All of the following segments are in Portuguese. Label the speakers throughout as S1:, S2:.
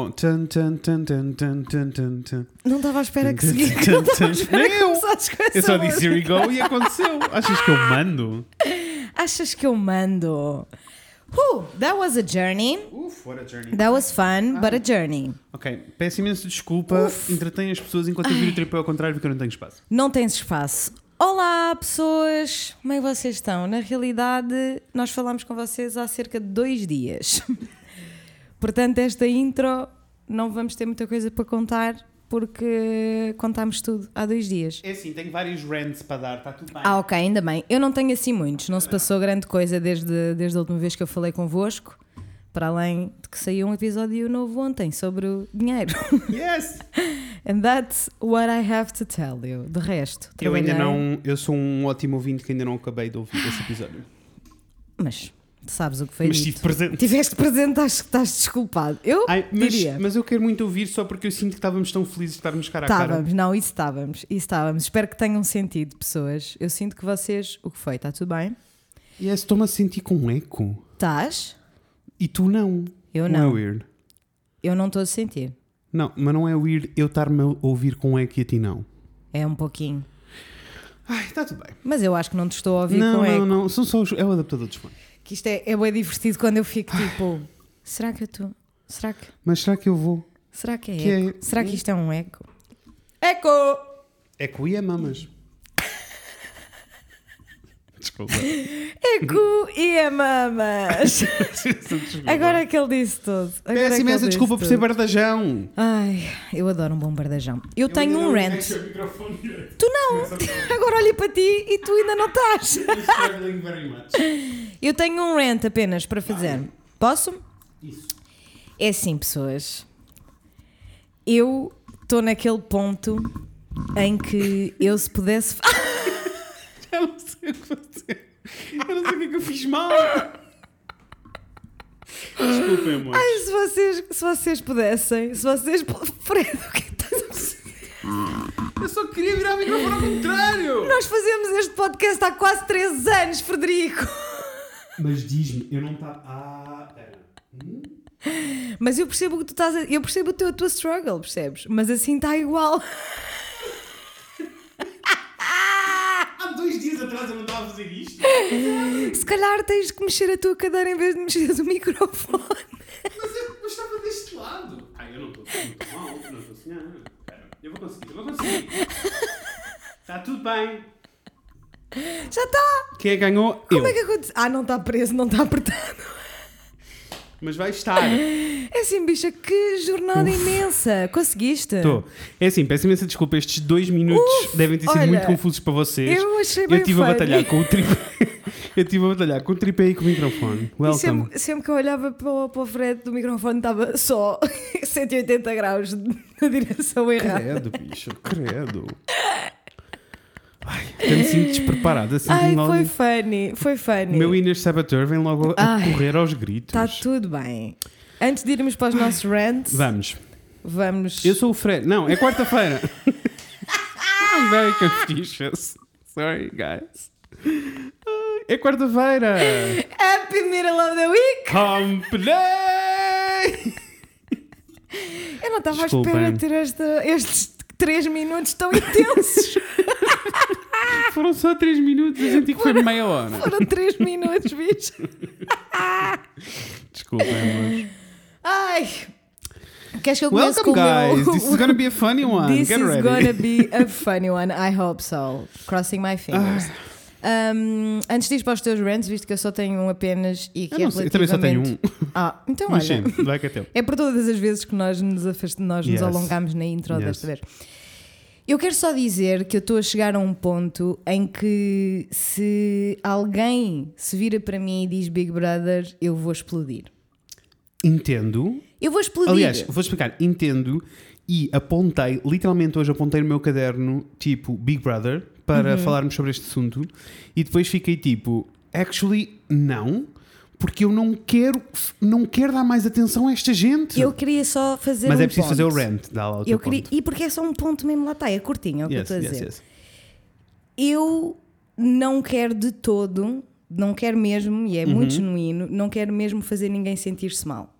S1: Então, tan, tan, tan, tan, tan, tan, tan, tan.
S2: Não estava à espera que seguisse. Não estava à espera que
S1: Eu.
S2: começasses com essa
S1: eu só disse here we
S2: música.
S1: go e aconteceu. Achas que eu mando?
S2: Achas que eu mando? Whew, that was a journey.
S1: Uf, what a journey.
S2: That was fun, but a journey.
S1: Ok, peço imenso desculpa. Entretém as pessoas enquanto eu viro o tripé ao contrário porque eu não tenho espaço.
S2: Não tens espaço. Olá, pessoas! Como é que vocês estão? Na realidade, nós falámos com vocês há cerca de dois dias. Portanto, esta intro não vamos ter muita coisa para contar porque contámos tudo há dois dias.
S1: É assim, tenho vários rants para dar, está tudo bem.
S2: Ah, ok, ainda bem. Eu não tenho assim muitos, não se passou grande coisa desde, desde a última vez que eu falei convosco. Para além de que saiu um episódio novo ontem sobre o dinheiro.
S1: Yes!
S2: And that's what I have to tell you. De resto,
S1: Eu ainda
S2: trabalhei-
S1: não. Eu sou um ótimo ouvinte que ainda não acabei de ouvir esse episódio.
S2: Mas sabes o que foi
S1: Mas
S2: dito.
S1: estive presente.
S2: Tiveste presente, acho que estás desculpado. Eu
S1: Ai, mas,
S2: Tipo, diria.
S1: mas eu quero muito ouvir só porque eu sinto que estávamos tão felizes de estarmos cara a cara.
S2: Estávamos, não, isso estávamos, isso estávamos. Espero que tenham sentido, pessoas. Eu sinto que vocês. O que foi? Está tudo bem?
S1: Yes, estou-me a sentir com um eco.
S2: Estás?
S1: E tu não.
S2: Eu
S1: Não é
S2: não.
S1: weird.
S2: Eu não estou a sentir.
S1: Não, mas não é weird eu estar-me a ouvir com eco e a ti não.
S2: É um pouquinho.
S1: Ai, está tudo bem.
S2: Mas eu acho que não te estou a ouvir
S1: Não,
S2: com
S1: não,
S2: eco.
S1: não. São só os, é o adaptador dos fones.
S2: Que isto é, é bem divertido quando eu fico tipo. será que eu estou. Será que.
S1: Mas será que eu vou?
S2: Será que é
S1: Que é-
S2: eco? Será que isto é um eco? Eco!
S1: Eco e a mamas. Desculpa.
S2: Eco e a mamas!
S1: desculpa.
S2: Agora é que ele disse tudo. Agora é que
S1: Peço
S2: ele
S1: imensa
S2: disse
S1: desculpa por
S2: tudo.
S1: ser bardajão.
S2: Ai, eu adoro um bom bardajão. Eu, tenho um rant. Tu não! Agora olhei para ti e tu ainda não estás.
S1: é
S2: Eu tenho um rant apenas para fazer. Posso?
S1: Isso.
S2: É assim, pessoas. Eu estou naquele ponto em que eu se pudesse.
S1: Eu não sei o que fazer. Eu não sei o que é que eu fiz mal. Desculpem, amor.
S2: Ai, se vocês, se vocês pudessem, se vocês. Fredo, o que é que estás a fazer?
S1: Eu só queria virar o microfone ao contrário.
S2: Nós fazemos este podcast há quase 3 anos, Frederico!
S1: Mas diz-me, eu não estava. Ah, pera.
S2: Mas eu percebo o que tu estás a... Eu percebo o teu, a tua struggle, percebes? Mas assim está igual.
S1: Há dois dias atrás eu não estava a fazer isto.
S2: Se calhar tens que mexer a tua cadeira em vez de mexeres o microfone.
S1: Mas eu estava deste lado. Ai, eu não estou muito mal. Não estou assim. ah, Pera, eu vou conseguir, eu vou conseguir. Está tudo bem.
S2: Já está!
S1: Quem é que ganhou?
S2: Como
S1: eu.
S2: é que aconteceu? Ah, não está preso, não está apertado.
S1: Mas vai estar.
S2: É assim, bicha, que jornada imensa! Conseguiste?
S1: Tô. É assim, peço imensa desculpa, estes dois minutos
S2: Uf,
S1: devem ter sido
S2: olha,
S1: muito confusos para vocês.
S2: eu achei
S1: Eu
S2: bem
S1: estive a
S2: funny.
S1: batalhar com o tripé. eu estive a batalhar com o tripé e com o microfone.
S2: E
S1: Welcome.
S2: sempre, sempre que eu olhava para o, para o frete do microfone estava só 180 graus na direção errada.
S1: Credo, bicho, credo. Ai, até me sinto despreparado. Assim,
S2: Ai,
S1: logo...
S2: foi funny, foi
S1: O
S2: funny.
S1: meu Inner Sabateur vem logo a
S2: Ai, tá
S1: correr aos gritos.
S2: Está tudo bem. Antes de irmos para os nossos rants,
S1: Vamos.
S2: vamos.
S1: Eu sou o Fred. Não, é quarta-feira. I'm very confused. Sorry, guys. Ai, É quarta-feira.
S2: Happy Middle of the Week!
S1: Complay!
S2: Eu não estava à
S1: Desculpem.
S2: espera de ter esta- estes 3 minutos tão intensos.
S1: Foram só 3 minutos, eu senti que foi meia hora.
S2: Foram 3 minutos, bicho.
S1: Desculpa, amor.
S2: Ai! Queres que eu comece
S1: Welcome,
S2: com
S1: guys.
S2: o meu...
S1: This is gonna be a funny one.
S2: This
S1: Get
S2: is
S1: ready.
S2: gonna be a funny one, I hope so. Crossing
S1: Ah.
S2: my fingers. Um, antes de ir para os teus rants, visto que eu só tenho um apenas e que
S1: Eu
S2: é
S1: não sei, eu também só tenho um.
S2: relativamente- Ah, então
S1: Mas
S2: olha.
S1: sim, vai que é teu.
S2: É por todas as vezes que nós nos, afast... nós nos
S1: Yes.
S2: alongámos na intro
S1: Yes.
S2: desta vez. Eu quero só dizer que eu estou a chegar a um ponto em que se alguém se vira para mim e diz Big Brother, eu vou explodir.
S1: Entendo.
S2: Eu vou explodir.
S1: Aliás, vou explicar. Entendo e apontei, literalmente hoje apontei no meu caderno, tipo Big Brother, para
S2: Uhum.
S1: falarmos sobre este assunto. E depois fiquei tipo, actually, não, porque eu não quero, não quero dar mais atenção a esta gente.
S2: eu queria só fazer
S1: Mas
S2: um
S1: é preciso
S2: ponto.
S1: fazer o rant, dá lá o teu
S2: Eu queria...
S1: ponto.
S2: E porque é só um ponto mesmo lá está, é curtinho, é o que eu
S1: Yes,
S2: estou a
S1: yes,
S2: dizer.
S1: yes.
S2: eu não quero de todo, não
S1: Uhum.
S2: quero mesmo, e é muito genuíno, não quero mesmo fazer ninguém sentir-se mal.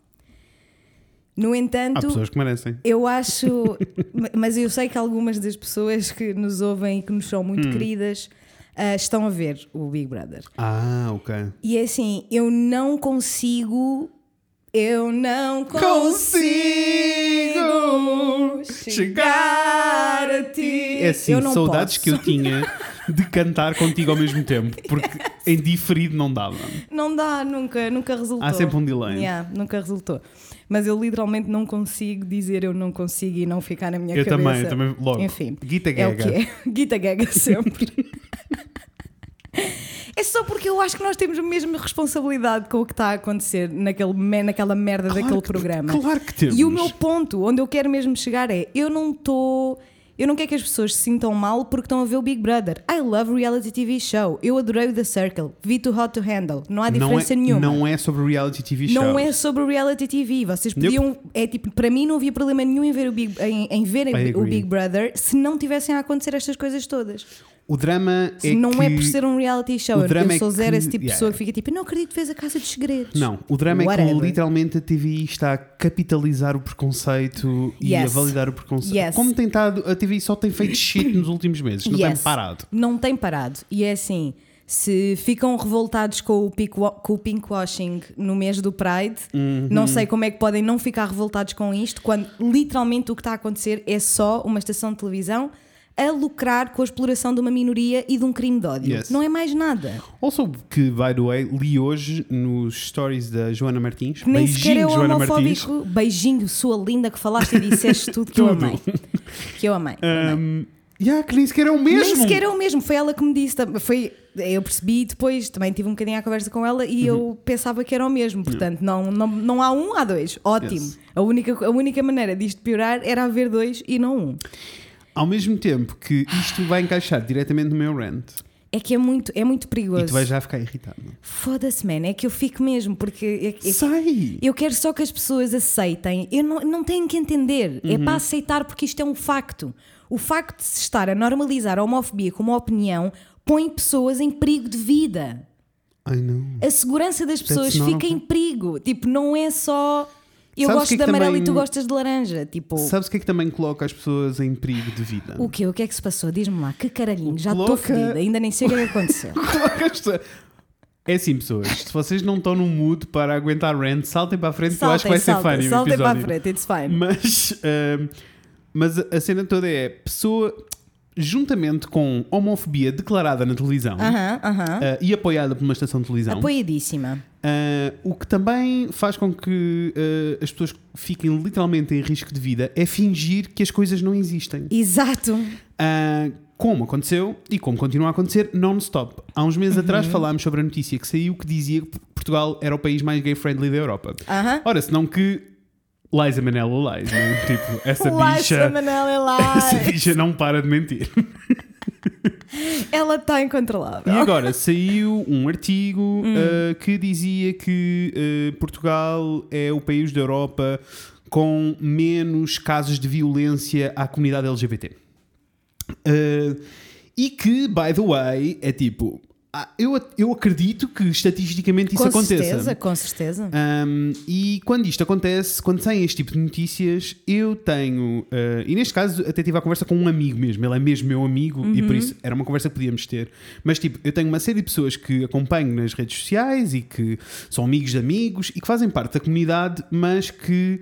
S2: No
S1: Há
S2: entanto,
S1: pessoas que merecem.
S2: eu acho, ma- mas eu sei que algumas das pessoas que nos ouvem e que nos são muito queridas ah, estão a ver o Big Brother.
S1: Ah, ok.
S2: E é assim, eu não consigo. Eu não
S1: Consigo
S2: consigo chegar a ti.
S1: É assim,
S2: eu não
S1: saudades
S2: posso.
S1: que eu tinha de cantar contigo ao mesmo tempo, porque em diferido não dava.
S2: Não dá, nunca, nunca resultou.
S1: Há sempre um delay.
S2: Yeah, nunca resultou. Mas eu literalmente não consigo dizer eu não consigo e não ficar na minha
S1: Eu
S2: cabeça.
S1: também, eu também, logo.
S2: Enfim,
S1: Guita
S2: é o
S1: Gaga.
S2: que é. Guita gaga sempre. é só porque eu acho que nós temos a mesma responsabilidade com o que está a acontecer naquele, me- naquela merda
S1: Claro
S2: daquele
S1: que-
S2: programa.
S1: Claro que temos.
S2: E o meu ponto, onde eu quero mesmo chegar, é eu não estou. Eu não quero que as pessoas se sintam mal porque estão a ver o Big Brother. I love reality TV show. Eu adorei o The Circle. Vi Too Hot to Handle. Não há
S1: não
S2: diferença
S1: é,
S2: nenhuma.
S1: Não é sobre reality TV shows.
S2: Não é sobre reality TV. Vocês
S1: Nope.
S2: podiam. É tipo, para mim não havia problema nenhum em ver o Big, em, em verem
S1: I
S2: o
S1: agree.
S2: Big Brother se não tivessem a acontecer estas coisas todas.
S1: O drama
S2: Se
S1: é
S2: não
S1: que...
S2: é por ser um reality show.
S1: o
S2: Eu,
S1: drama é
S2: eu sou zero
S1: que-
S2: esse tipo de
S1: yeah.
S2: pessoa que fica tipo, "Eu não acredito que fez a Casa dos Segredos.
S1: Não, o drama é
S2: Whatever.
S1: que literalmente a TVI está a capitalizar o preconceito e
S2: Yes.
S1: a validar o preconceito.
S2: Yes.
S1: Como tem estado, a TVI só tem feito shit nos últimos meses, não tem
S2: Yes.
S1: parado.
S2: Não tem parado. E é assim: se ficam revoltados com o, pick- com o pinkwashing no mês do Pride,
S1: Uhum.
S2: não sei como é que podem não ficar revoltados com isto, quando literalmente o que está a acontecer é só uma estação de televisão a lucrar com a exploração de uma minoria e de um crime de ódio.
S1: Yes.
S2: Não é mais nada.
S1: Also, que, by the way, li hoje nos stories da Joana Martins.
S2: Nem
S1: Beijinho,
S2: sequer é
S1: Joana Martins.
S2: homofóbico. Beijinho, sua linda, que falaste e disseste tudo que eu
S1: Tudo.
S2: amei. Que eu amei.
S1: Um, yeah, que nem sequer é o mesmo.
S2: Nem sequer é o mesmo, foi ela que me disse. tam- Foi, eu percebi depois, também tive um bocadinho a conversa com ela e
S1: Uhum.
S2: eu pensava que era o mesmo. Portanto, não, não, não há um, há dois. Ótimo.
S1: Yes.
S2: A, única, a única maneira disto piorar era haver dois e não um.
S1: Ao mesmo tempo que isto vai encaixar diretamente no meu rant.
S2: É que é muito, é muito
S1: E
S2: perigoso.
S1: tu vais já ficar irritado.
S2: Foda-se, man, é que eu fico mesmo, porque é- é-
S1: Sai!
S2: eu quero só que as pessoas aceitem. Eu não, não tenho que entender.
S1: Uhum.
S2: É para aceitar porque isto é um facto. O facto de se estar a normalizar a homofobia como opinião põe pessoas em perigo de vida.
S1: Ai não.
S2: a segurança das pessoas
S1: not
S2: fica
S1: okay.
S2: em perigo. Tipo, não é só eu
S1: Sabes
S2: gosto
S1: que é
S2: de
S1: que
S2: amarelo
S1: também-
S2: e tu gostas de laranja. Tipo,
S1: Sabes o que é que também coloca as pessoas em perigo de vida?
S2: o que O que é que se passou? Diz-me lá, que caralhinho, já estou
S1: Coloca-
S2: fedida, ainda nem sei o que é que aconteceu.
S1: Coloca as pessoas- É assim, pessoas. Se vocês não estão num mood para aguentar rant, saltem para a frente, que eu acho que vai
S2: saltem,
S1: ser funny
S2: saltem,
S1: o
S2: saltem para a
S1: episódio.
S2: frente, it's
S1: Mas,
S2: fine.
S1: ahm, mas a cena toda é pessoa juntamente com homofobia declarada na televisão
S2: Aham, aham.
S1: ah, e apoiada por uma estação de televisão,
S2: Apoiadíssima.
S1: ah, o que também faz com que ah, as pessoas fiquem literalmente em risco de vida é fingir que as coisas não existem.
S2: Exato.
S1: Ah, como aconteceu e como continua a acontecer non-stop. Há uns meses atrás
S2: Uhum.
S1: falámos sobre a notícia que saiu que dizia que Portugal era o país mais gay-friendly da Europa.
S2: Aham.
S1: Ora, senão que Liza Manello lies, né? tipo, essa
S2: Liza
S1: bicha,
S2: Manela é lá.
S1: essa bicha não para de mentir.
S2: Ela está
S1: E é
S2: incontrolável.
S1: agora saiu um artigo
S2: Hum.
S1: ah, que dizia que ah, Portugal é o país da Europa com menos casos de violência à comunidade LGBT. Ah, e que, by the way, é tipo. ah, Eu, eu acredito que estatisticamente isso
S2: com
S1: aconteça.
S2: certeza, com certeza.
S1: Um, e quando isto acontece, quando saem este tipo de notícias, eu tenho. uh, e neste caso, até tive a conversa com um amigo mesmo. Ele é mesmo meu amigo e por isso era uma conversa que podíamos ter. Mas, tipo, eu tenho uma série de pessoas que acompanho nas redes sociais e que são amigos de amigos e que fazem parte da comunidade, mas que.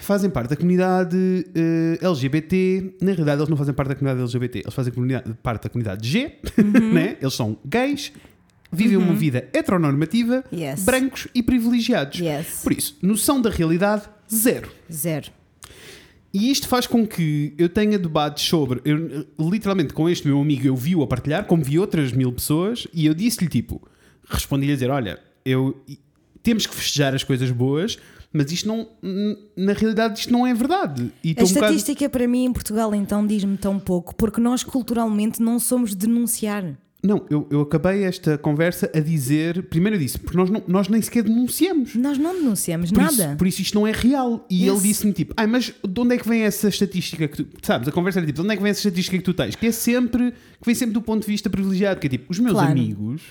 S1: Fazem parte da comunidade uh, LGBT. Na realidade, eles não fazem parte da comunidade LGBT. Eles fazem comuni- parte da comunidade G.
S2: Uhum.
S1: né? Eles são gays, vivem uma vida heteronormativa,
S2: Yes.
S1: brancos e privilegiados.
S2: Yes.
S1: Por isso, noção da realidade, zero.
S2: Zero.
S1: um E isto faz com que eu tenha debates sobre. eu, literalmente, com este meu amigo, eu vi-o a partilhar, como vi outras mil pessoas, e eu disse-lhe: tipo, respondi-lhe a dizer: olha, eu, temos que festejar as coisas boas, mas isto não. Na realidade, isto não é verdade. E
S2: A
S1: estou um bocado-
S2: estatística para mim em Portugal então diz-me tão pouco, porque nós culturalmente não somos denunciar.
S1: Não, eu, eu acabei esta conversa a dizer. Primeiro eu disse: porque nós, não, nós nem sequer denunciamos.
S2: Nós não denunciamos
S1: Por
S2: nada.
S1: Isso, por isso isto não é real. E
S2: Yes.
S1: ele disse-me tipo, ai, mas de onde é que vem essa estatística que tu. Sabes, a conversa era tipo, de onde é que vem essa estatística que tu tens? Que é sempre. que vem sempre do ponto de vista privilegiado. Que é tipo, os meus
S2: Claro.
S1: amigos.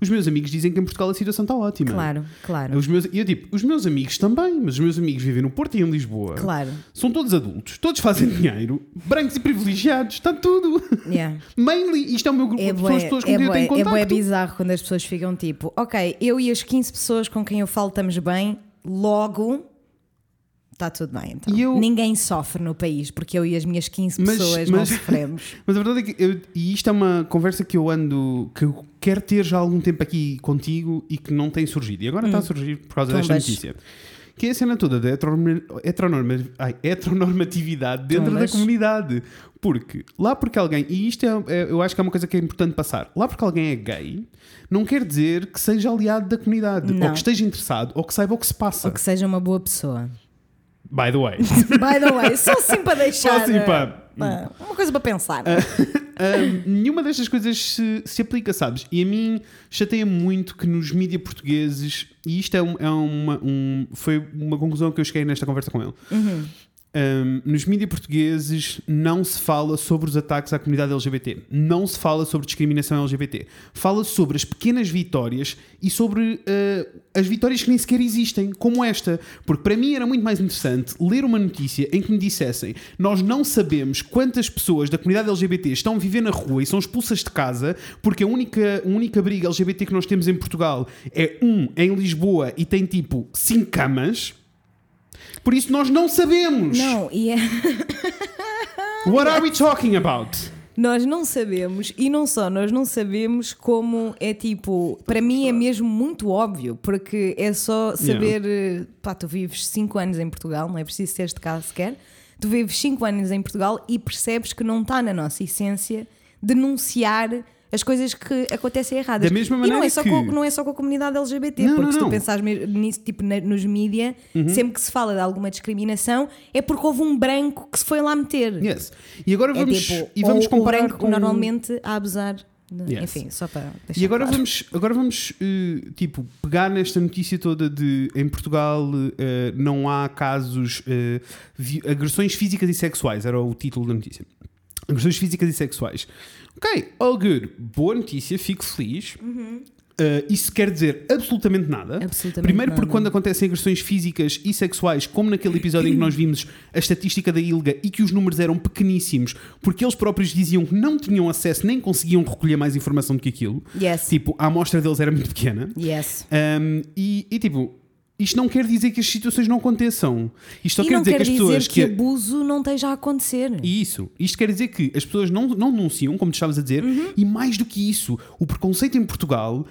S1: Os meus amigos dizem que em Portugal a situação está ótima.
S2: Claro, claro.
S1: Os meus, e eu tipo, os meus amigos também, mas os meus amigos vivem no Porto e em Lisboa.
S2: Claro.
S1: São todos adultos, todos fazem dinheiro, brancos e privilegiados, está tudo.
S2: Yeah.
S1: Mainly, isto é o meu grupo
S2: É
S1: de
S2: bué,
S1: pessoas todas com
S2: é,
S1: quem eu
S2: bué,
S1: tenho
S2: é
S1: contacto.
S2: bué bizarro quando as pessoas ficam tipo, ok, eu e as 15 pessoas com quem eu falo estamos bem, logo está tudo bem. Então.
S1: E eu-
S2: Ninguém sofre no país porque eu e as minhas 15
S1: Mas-
S2: pessoas não
S1: mas-
S2: sofremos.
S1: Mas a verdade é que, eu- e isto é uma conversa que eu ando, que eu quero ter já há algum tempo aqui contigo e que não tem surgido. E agora está a surgir por causa desta
S2: Tumbas.
S1: notícia. Que é a cena toda da heteronorma- heteronorma- ai, heteronormatividade dentro
S2: Tumbas.
S1: da comunidade. Porque lá porque alguém, e isto é- é- eu acho que é uma coisa que é importante passar, lá porque alguém é gay, não quer dizer que seja aliado da comunidade, ou
S2: Não.
S1: que esteja interessado, ou que saiba o que se passa.
S2: Ou que seja uma boa pessoa.
S1: By the way.
S2: By the way, só assim para deixar.
S1: Só assim, Eh, pá.
S2: pá, Uma coisa para pensar.
S1: Ahm, nenhuma destas coisas se, se aplica, sabes? E a mim chateia muito que nos mídia portugueses, e isto é, um- é uma, um- foi uma conclusão que eu cheguei nesta conversa com ele. Ahm, nos mídia portugueses não se fala sobre os ataques à comunidade LGBT, não se fala sobre discriminação LGBT, fala sobre as pequenas vitórias e sobre ah, as vitórias que nem sequer existem, como esta, porque para mim era muito mais interessante ler uma notícia em que me dissessem nós não sabemos quantas pessoas da comunidade LGBT estão a viver na rua e são expulsas de casa porque a única, a única briga LGBT que nós temos em Portugal é um em Lisboa e tem tipo cinco camas. Por isso nós não sabemos.
S2: Não, e é-
S1: What are we talking about?
S2: nós não sabemos, e não só, nós não sabemos como é tipo. Para mim é mesmo muito óbvio, porque é só saber. eh, Pá, tu vives 5 anos em Portugal, não é preciso ter este caso sequer. Tu vives 5 anos em Portugal e percebes que não está na nossa essência denunciar. As coisas que acontecem erradas.
S1: Da mesma
S2: e não é,
S1: maneira
S2: só
S1: que-
S2: com, não é só com a comunidade LGBT,
S1: Não,
S2: porque
S1: não,
S2: se tu
S1: não. Uhum.
S2: pensares me- nisso, tipo na- nos mídia, sempre que se fala de alguma discriminação, é porque houve um branco que se foi lá meter.
S1: Yes. E agora
S2: É
S1: vamos,
S2: tipo,
S1: e vamos
S2: ou
S1: comparar
S2: o branco
S1: com
S2: normalmente a abusar. de-
S1: Yes.
S2: Enfim, só para deixar
S1: E agora
S2: claro.
S1: vamos, agora vamos eh, tipo, pegar nesta notícia toda de em Portugal eh, não há casos eh, vi- agressões físicas e sexuais, era o título da notícia. Agressões físicas e sexuais. Ok, all good, boa notícia, fico feliz. Eh, isso quer dizer absolutamente nada.
S2: Uhum. Absolutamente
S1: Primeiro,
S2: nada.
S1: porque quando acontecem agressões físicas e sexuais, como naquele episódio em que nós vimos a estatística da ILGA e que os números eram pequeníssimos, porque eles próprios diziam que não tinham acesso nem conseguiam recolher mais informação do que aquilo.
S2: Yes.
S1: Tipo, a amostra deles era muito pequena.
S2: Yes.
S1: Um, e, e, tipo, isto não quer dizer que as situações não aconteçam. Isto só
S2: e
S1: quer
S2: não
S1: dizer
S2: quer
S1: que as pessoas
S2: que, abuso não esteja a acontecer.
S1: e isso, isto quer dizer que as pessoas não, não denunciam, como tu estavas a dizer, e mais do que isso, o preconceito em Portugal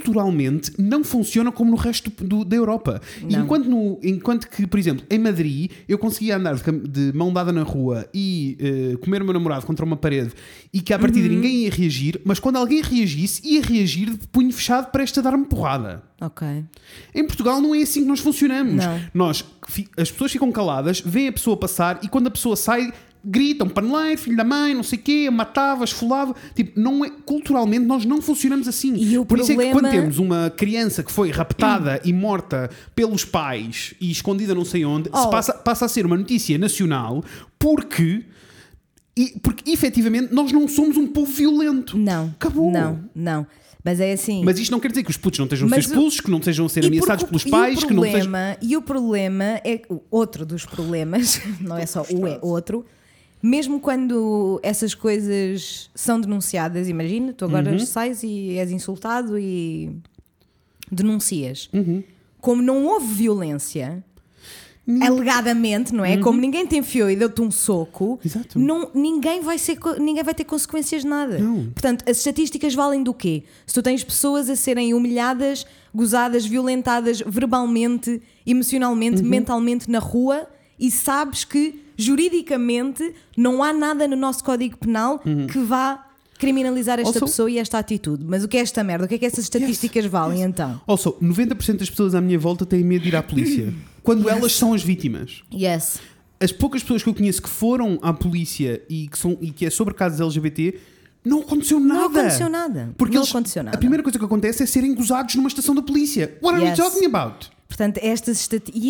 S1: culturalmente não funciona como no resto do- da Europa. E
S2: Não.
S1: Enquanto, no- enquanto que, por exemplo, em Madrid eu conseguia andar de, cam- de mão dada na rua e eh, comer o meu namorado contra uma parede e que à partida ninguém ia reagir, mas quando alguém reagisse, ia reagir de punho fechado para esta dar-me porrada.
S2: Ok.
S1: Em Portugal não é assim que nós funcionamos.
S2: Não.
S1: Nós, fi- as pessoas ficam caladas, veem a pessoa passar e quando a pessoa sai, gritam paneleiro, filho da mãe, não sei o quê, matava, esfolava. Tipo, não é, culturalmente nós não funcionamos assim.
S2: E o
S1: Por isso é que
S2: problema-
S1: quando temos uma criança que foi raptada e morta pelos pais e escondida não sei onde, se
S2: Oh.
S1: passa, passa a ser uma notícia nacional porque... e- porque efetivamente nós não somos um povo violento.
S2: Não.
S1: Acabou.
S2: Não, não. Mas é assim.
S1: Mas isto não quer dizer que os putos não estejam a ser
S2: Mas o-
S1: expulsos, que não estejam a ser
S2: E
S1: ameaçados
S2: porque o-
S1: pelos pais,
S2: e o
S1: que não estejam.
S2: problema, E o problema é que- outro dos problemas, não é só o é outro. Mesmo quando essas coisas são denunciadas, imagina, tu
S1: Uhum.
S2: agora sais e és insultado e denuncias.
S1: Uhum.
S2: Como não houve violência,
S1: Uhum.
S2: é alegadamente, não é? Como ninguém te enfiou e deu-te um soco,
S1: Exato.
S2: não- ninguém, vai ser, co- ninguém vai ter consequências de nada.
S1: Não.
S2: Portanto, as estatísticas valem do quê? Se tu tens pessoas a serem humilhadas, gozadas, violentadas verbalmente,
S1: Uhum.
S2: emocionalmente, mentalmente na rua e sabes que juridicamente não há nada no nosso Código Penal que vá criminalizar esta
S1: Uhum. Also-
S2: pessoa e esta atitude. Mas o que é esta merda? O que é que essas estatísticas valem então?
S1: Also, 90% das pessoas à minha volta têm medo de ir à polícia. Quando elas são as vítimas.
S2: Yes.
S1: As poucas pessoas que eu conheço que foram à polícia e que, são, e que é sobre casos LGBT, não aconteceu nada.
S2: Não aconteceu nada.
S1: Porque
S2: não
S1: eles-
S2: aconteceu nada.
S1: A primeira coisa que acontece é serem gozados numa estação da polícia. What are
S2: Yes.
S1: we talking about?
S2: Portanto, estas estatísticas.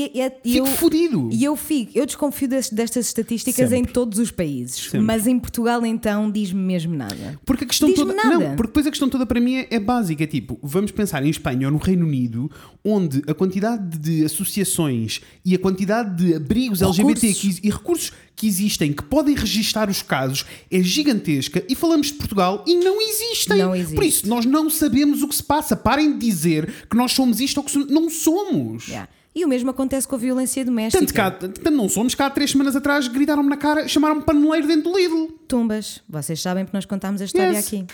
S2: E,
S1: Fico
S2: eu,
S1: fodido.
S2: e eu fico, eu desconfio des- destas estatísticas em
S3: Sempre.
S2: todos os países,
S1: Sempre.
S2: mas em Portugal então diz-me mesmo nada.
S1: Porque a questão
S2: Diz-me
S1: toda.
S2: nada.
S1: Não, porque depois a questão toda para mim é, é básica. É tipo, vamos pensar em Espanha ou no Reino Unido, onde a quantidade de associações e a quantidade de abrigos LGBT que,
S2: Recursos.
S1: e recursos que existem que podem registar os casos é gigantesca e falamos de Portugal e não existem.
S2: Não existe.
S1: Por isso, nós não sabemos o que se passa. Parem de dizer que nós somos isto ou que so- não somos.
S2: Yeah. E o mesmo acontece com a violência doméstica.
S1: Tanto, cá, tanto não somos cá há três semanas atrás gritaram-me na cara, chamaram-me paneleiro dentro do Lidl.
S2: Tumbas, vocês sabem porque nós contámos a história
S1: Yes.
S2: aqui.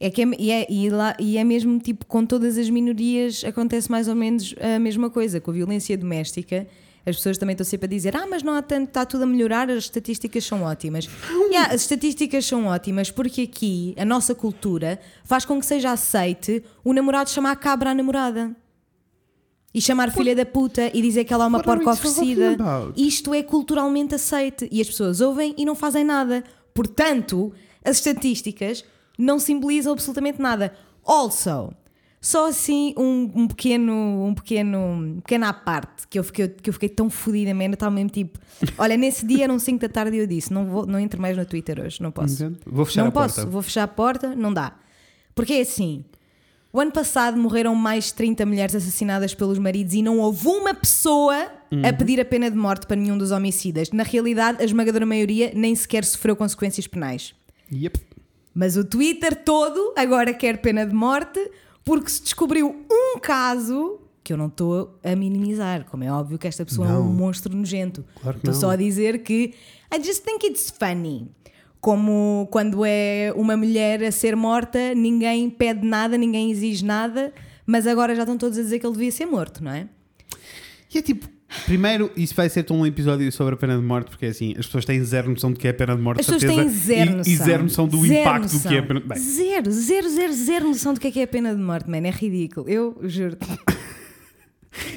S2: É que é, e, é, e lá, e é mesmo tipo com todas as minorias acontece mais ou menos a mesma coisa. Com a violência doméstica, as pessoas também estão sempre a dizer: Ah, mas não há tanto, está tudo a melhorar, as estatísticas são ótimas. Yeah, as estatísticas são ótimas porque aqui a nossa cultura faz com que seja aceite o namorado chamar cabra à namorada. E chamar filha da puta e dizer que ela é uma
S1: What are
S2: porca
S1: we talking
S2: oferecida.
S1: about?
S2: Isto é culturalmente aceite e as pessoas ouvem e não fazem nada. Portanto, as estatísticas não simbolizam absolutamente nada. Also, só assim um, um pequeno, um pequeno, um pequeno à parte que eu fiquei, que eu fiquei tão fodida, man, eu estava mesmo tipo, olha, nesse dia eram 5 da tarde e eu disse, não vou, não entro mais no Twitter hoje, não posso.
S1: Entendo. Vou fechar
S2: não
S1: a
S2: posso,
S1: porta.
S2: vou fechar a porta, não dá. Porque é assim, o ano passado morreram mais de 30 mulheres assassinadas pelos maridos e não houve uma pessoa a pedir a pena de morte para nenhum dos homicidas. Na realidade, a esmagadora maioria nem sequer sofreu consequências penais.
S1: Yep.
S2: Mas o Twitter todo agora quer pena de morte porque se descobriu um caso que eu não estou a minimizar, como é óbvio que esta pessoa é
S1: Não.
S2: um monstro nojento.
S1: Claro que
S2: estou
S1: não.
S2: só a dizer que I just think it's funny. Como quando é uma mulher a ser morta, ninguém pede nada, ninguém exige nada, mas agora já estão todos a dizer que ele devia ser morto, não é?
S1: E é tipo, primeiro, isso vai ser um episódio sobre a pena de morte, porque é assim, as pessoas têm zero noção do que é a pena de morte,
S2: As pessoas
S1: certeza,
S2: têm zero
S1: e-
S2: noção.
S1: E zero noção do
S2: Zero
S1: impacto
S2: noção.
S1: do que é a pena. Bem,
S2: Zero, zero, zero, zero noção do que é que é a pena de morte, man. É ridículo. Eu juro.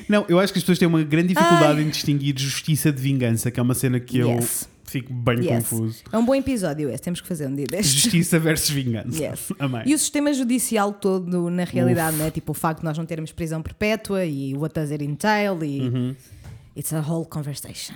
S1: não, eu acho que as pessoas têm uma grande dificuldade
S2: Ai.
S1: em distinguir justiça de vingança, que é uma cena que eu
S2: Yes.
S1: fico bem
S2: Yes.
S1: confuso.
S2: É um bom episódio esse, temos que fazer um dia destes.
S1: Justiça versus vingança.
S2: Yes.
S1: Amém.
S2: E o sistema judicial todo, na realidade, né? tipo o facto de nós não termos prisão perpétua e what does it entail e.
S1: Uhum.
S2: It's a whole conversation.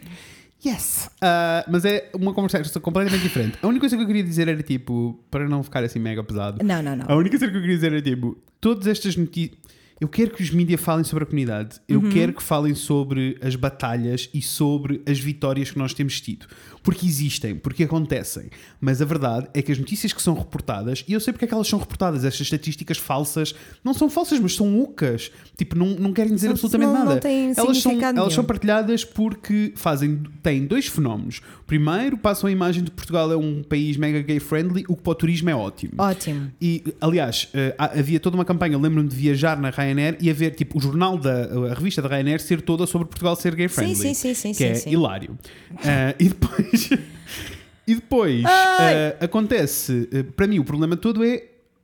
S1: Yes. Ah, mas é uma conversa completamente diferente. A única coisa que eu queria dizer era tipo, para não ficar assim mega pesado,
S2: Não, não, não.
S1: A única coisa que eu queria dizer é tipo, todas estas notícias. Eu quero que os mídias falem sobre a comunidade. Eu
S2: Uhum.
S1: quero que falem sobre as batalhas e sobre as vitórias que nós temos tido. Porque existem, porque acontecem. Mas a verdade é que as notícias que são reportadas, e eu sei porque é que elas são reportadas, estas estatísticas falsas, não são falsas, mas são ocas. Tipo, não, não querem dizer
S2: Não-
S1: absolutamente
S2: não- não
S1: nada.
S2: têm
S1: elas, são,
S2: significado
S1: elas são
S2: nenhum.
S1: partilhadas porque fazem, têm dois fenómenos. Primeiro, passam a imagem de que Portugal é um país mega gay friendly, o que para o turismo é ótimo.
S2: Ótimo.
S1: E, aliás, eh, há- havia toda uma campanha, eu lembro-me de viajar na Ryanair e haver, tipo, o jornal da a revista da Ryanair ser toda sobre Portugal ser gay friendly.
S2: sim, sim, sim,
S1: Que
S2: sim,
S1: é
S2: sim.
S1: hilário. Ah, e depois, e depois ah, acontece, eh, para mim o problema todo é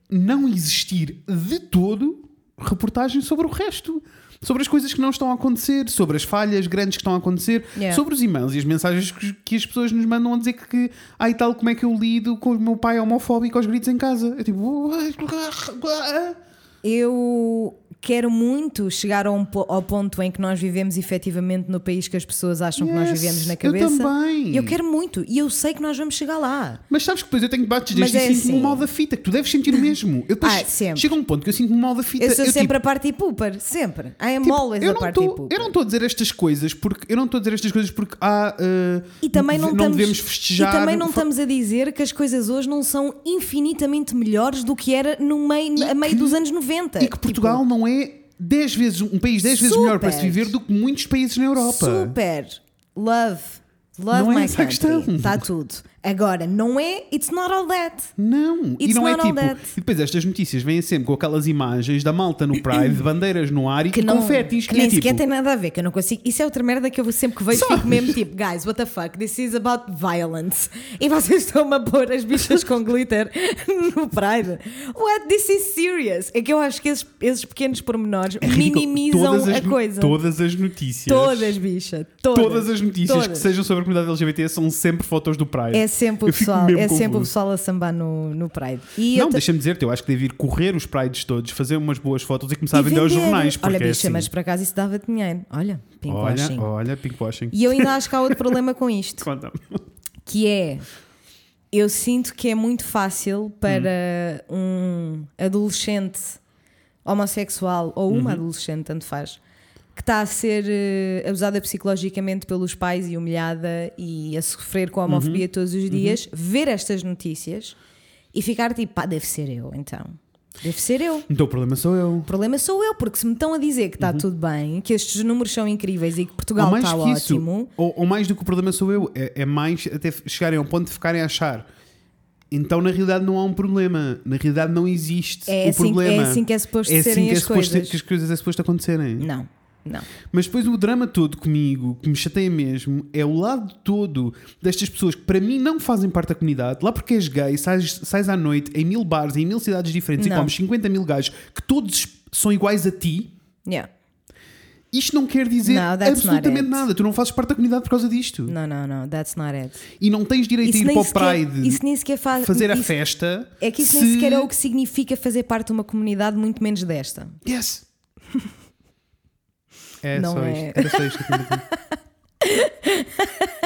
S1: não existir de todo reportagem sobre o resto. Sobre as coisas que não estão a acontecer, sobre as falhas grandes que estão a acontecer,
S2: Yeah.
S1: sobre os e-mails e as mensagens que, que as pessoas nos mandam a dizer que, que ai tal, como é que eu lido com o meu pai homofóbico aos gritos em casa? É tipo.
S2: Eu quero muito chegar a um po- ao ponto em que nós vivemos efetivamente no país que as pessoas acham que nós
S1: Yes,
S2: vivemos na
S1: eu
S2: cabeça.
S1: também.
S2: Eu quero muito e eu sei que nós vamos chegar lá.
S1: Mas sabes que depois eu tenho debates
S2: Mas
S1: destes e
S2: é
S1: sinto-me
S2: assim.
S1: mal da fita, que tu deves sentir o mesmo. Eu depois
S2: Ah, sempre.
S1: chega um ponto que eu sinto-me mal da fita.
S2: Eu sou
S1: eu, tipo,
S2: sempre a party pooper, sempre. I am
S1: tipo,
S2: always
S1: eu
S2: a
S1: não
S2: party
S1: tô-
S2: pooper.
S1: Eu não estou a dizer estas coisas porque eu não estou a dizer estas coisas porque há ah,
S2: E também não,
S1: não
S2: estamos,
S1: devemos festejar.
S2: E também não
S1: Fa-
S2: estamos a dizer que as coisas hoje não são infinitamente melhores do que era no meio,
S1: E
S2: a meio
S1: que-
S2: dos anos Tipo, 90.
S1: E que Portugal não é 10 vezes um país 10 vezes
S2: Super.
S1: melhor para se viver do que muitos países na é Europa.
S2: Super. Love. Love
S1: Não é
S2: my
S1: essa a questão.
S2: country. Está tudo. Agora, não é? It's not all that.
S1: Não, e
S2: It's
S1: não é
S2: not all
S1: tipo.
S2: that.
S1: E depois estas notícias vêm sempre com aquelas imagens da malta no Pride, de bandeiras no ar e
S2: Que, não,
S1: confetes.
S2: que
S1: e é
S2: nem
S1: tipo,
S2: sequer tem nada a ver, que eu não consigo. Isso é outra merda que eu sempre que vejo
S1: Sabes?
S2: fico mesmo tipo, guys, what the fuck, this is about violence. E vocês estão-me a pôr as bichas com glitter no Pride. What, this is serious. É que eu acho que esses, esses pequenos pormenores
S1: É ridículo.
S2: minimizam
S1: Todas as
S2: a
S1: no-
S2: coisa.
S1: Todas as notícias.
S2: Todas, bicha. Todas,
S1: Todas as notícias
S2: Todas.
S1: que sejam sobre comunidade LGBT são sempre fotos do Pride.
S2: É sempre o
S1: Eu fico
S2: pessoal,
S1: mesmo
S2: é sempre o
S1: confuso.
S2: pessoal a sambar no, no Pride. E
S1: Não,
S2: eu ta-
S1: deixa-me dizer-te, eu acho que devo ir correr os Prides todos, fazer umas boas fotos e começar a
S2: e
S1: vender aos jornais. Porque
S2: Olha,
S1: é
S2: bicha,
S1: assim.
S2: mas por acaso isso dava dinheiro. Olha, pinkwashing.
S1: Olha, olha, pinkwashing.
S2: E eu ainda acho que há outro problema com isto.
S1: Conta-me.
S2: que é eu sinto que é muito fácil para um adolescente homossexual ou
S1: Uhum.
S2: uma adolescente, tanto faz, que está a ser eh, abusada psicologicamente pelos pais e humilhada e a sofrer
S1: Uhum.
S2: com a homofobia todos os dias, ver estas notícias e ficar tipo, pá, deve ser eu então. Deve ser eu.
S1: Então o problema sou eu.
S2: O problema sou eu, porque se me estão a dizer que está tudo bem, que estes números são incríveis e que Portugal
S1: Uhum. ou mais
S2: está
S1: que isso,
S2: ótimo.
S1: ou, ou mais do que o problema sou eu, é, é mais até f- chegarem ao ponto de ficarem a achar. Então, na realidade, não há um problema. Na realidade, não existe
S2: É
S1: o
S2: assim-
S1: problema.
S2: é assim que é suposto
S1: É assim
S2: serem
S1: que é
S2: as
S1: suposto
S2: coisas.
S1: que as coisas é suposto acontecerem.
S2: Não, não.
S1: Mas depois o drama todo comigo, que me chateia mesmo, é o lado todo destas pessoas que para mim não fazem parte da comunidade. Lá porque és gay, sais, sais à noite em mil bares, em mil cidades diferentes
S2: Não.
S1: e comes 50 mil gajos que todos são iguais a ti.
S2: Yeah.
S1: Isto não quer dizer
S2: No, that's not
S1: absolutamente
S2: it.
S1: nada. Tu não fazes parte da comunidade por causa disto.
S2: Não, não, não, that's not it.
S1: E não tens direito a ir para o Pride
S2: isso nem sequer faz.
S1: fazer a
S2: isso-
S1: festa.
S2: É que isso nem sequer é o que significa fazer parte de uma comunidade, muito menos desta.
S1: Yes! É
S2: Não
S1: só
S2: é.
S1: isto. Era só isto. que eu queria dizer.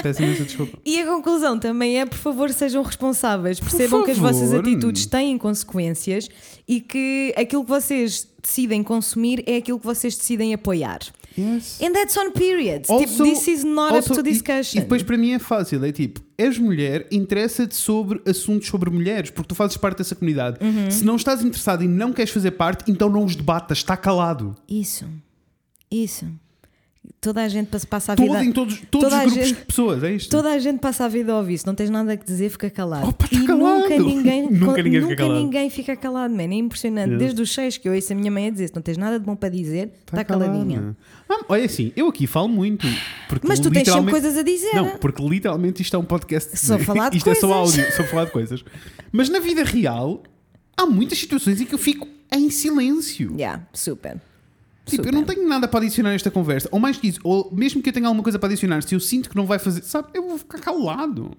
S1: Peço imensa desculpa.
S2: E a conclusão também é: por favor, sejam responsáveis, percebam que as
S1: favor.
S2: vossas atitudes têm consequências e que aquilo que vocês decidem consumir é aquilo que vocês decidem apoiar.
S1: Yes.
S2: And that's on period. tipo,
S1: Also-
S2: this is not
S1: also,
S2: up to
S1: e-
S2: discussion.
S1: E, depois para mim é fácil, é tipo, és mulher, interessa-te sobre assuntos sobre mulheres, porque tu fazes parte dessa comunidade.
S2: Uhum.
S1: Se não estás interessado e não queres fazer parte, então não os debatas, está calado.
S2: Isso, isso. Toda a gente passa- passa a
S1: Todo,
S2: vida.
S1: em todos, todos
S2: toda
S1: os
S2: a
S1: grupos
S2: gente-
S1: de pessoas, é isto.
S2: Toda a gente passa a vida a ouvir isso, não tens nada que dizer, fica calado.
S1: Opa, tá
S2: e
S1: calado.
S2: nunca ninguém,
S1: Nunca ninguém fica
S2: nunca
S1: calado.
S2: ninguém fica calado, man. É impressionante. Desde os seis que eu ouço a minha mãe a dizer: se não tens nada de bom para dizer, está
S1: Tá calado.
S2: caladinha.
S1: Ah, olha assim, eu aqui falo muito. Porque
S2: Mas tu tens sempre
S1: literalmente-
S2: coisas a dizer.
S1: Não, porque literalmente isto é um podcast.
S2: Só falar de
S1: Isto é só
S2: coisas.
S1: áudio, só falar de coisas. Mas na vida real, há muitas situações em que eu fico em silêncio.
S2: Yeah, super.
S1: Tipo, eu
S2: Super.
S1: não tenho nada para adicionar a esta conversa. Ou mais que isso, ou mesmo que eu tenha alguma coisa para adicionar, se eu sinto que não vai fazer, sabe, eu vou ficar calado.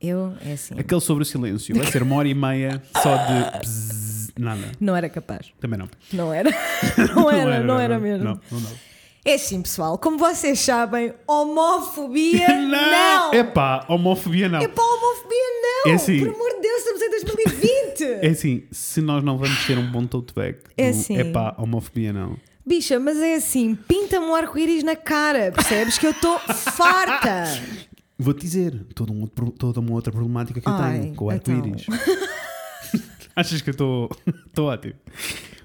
S2: Eu, é assim.
S1: Aquele sobre o silêncio. Vai ser uma hora e meia só de. bzzz, nada.
S2: Não era capaz.
S1: Também não.
S2: Não era. Não era, não era mesmo.
S1: Não, não, não.
S2: É assim, pessoal. Como vocês sabem, homofobia não.
S1: É pá, homofobia não.
S2: É para a homofobia não.
S1: É assim.
S2: Por amor de Deus, estamos em 2020.
S1: É assim, se nós não vamos ter um bom tote bag,
S2: É
S1: é
S2: assim.
S1: pá, homofobia não.
S2: Bicha, mas é assim, pinta-me um arco-íris na cara, percebes? Que eu estou farta.
S1: Vou-te dizer, todo um outro pro- toda uma outra problemática que
S2: Ai, então.
S1: eu tenho com o arco-íris. Achas que eu estou estou ótimo?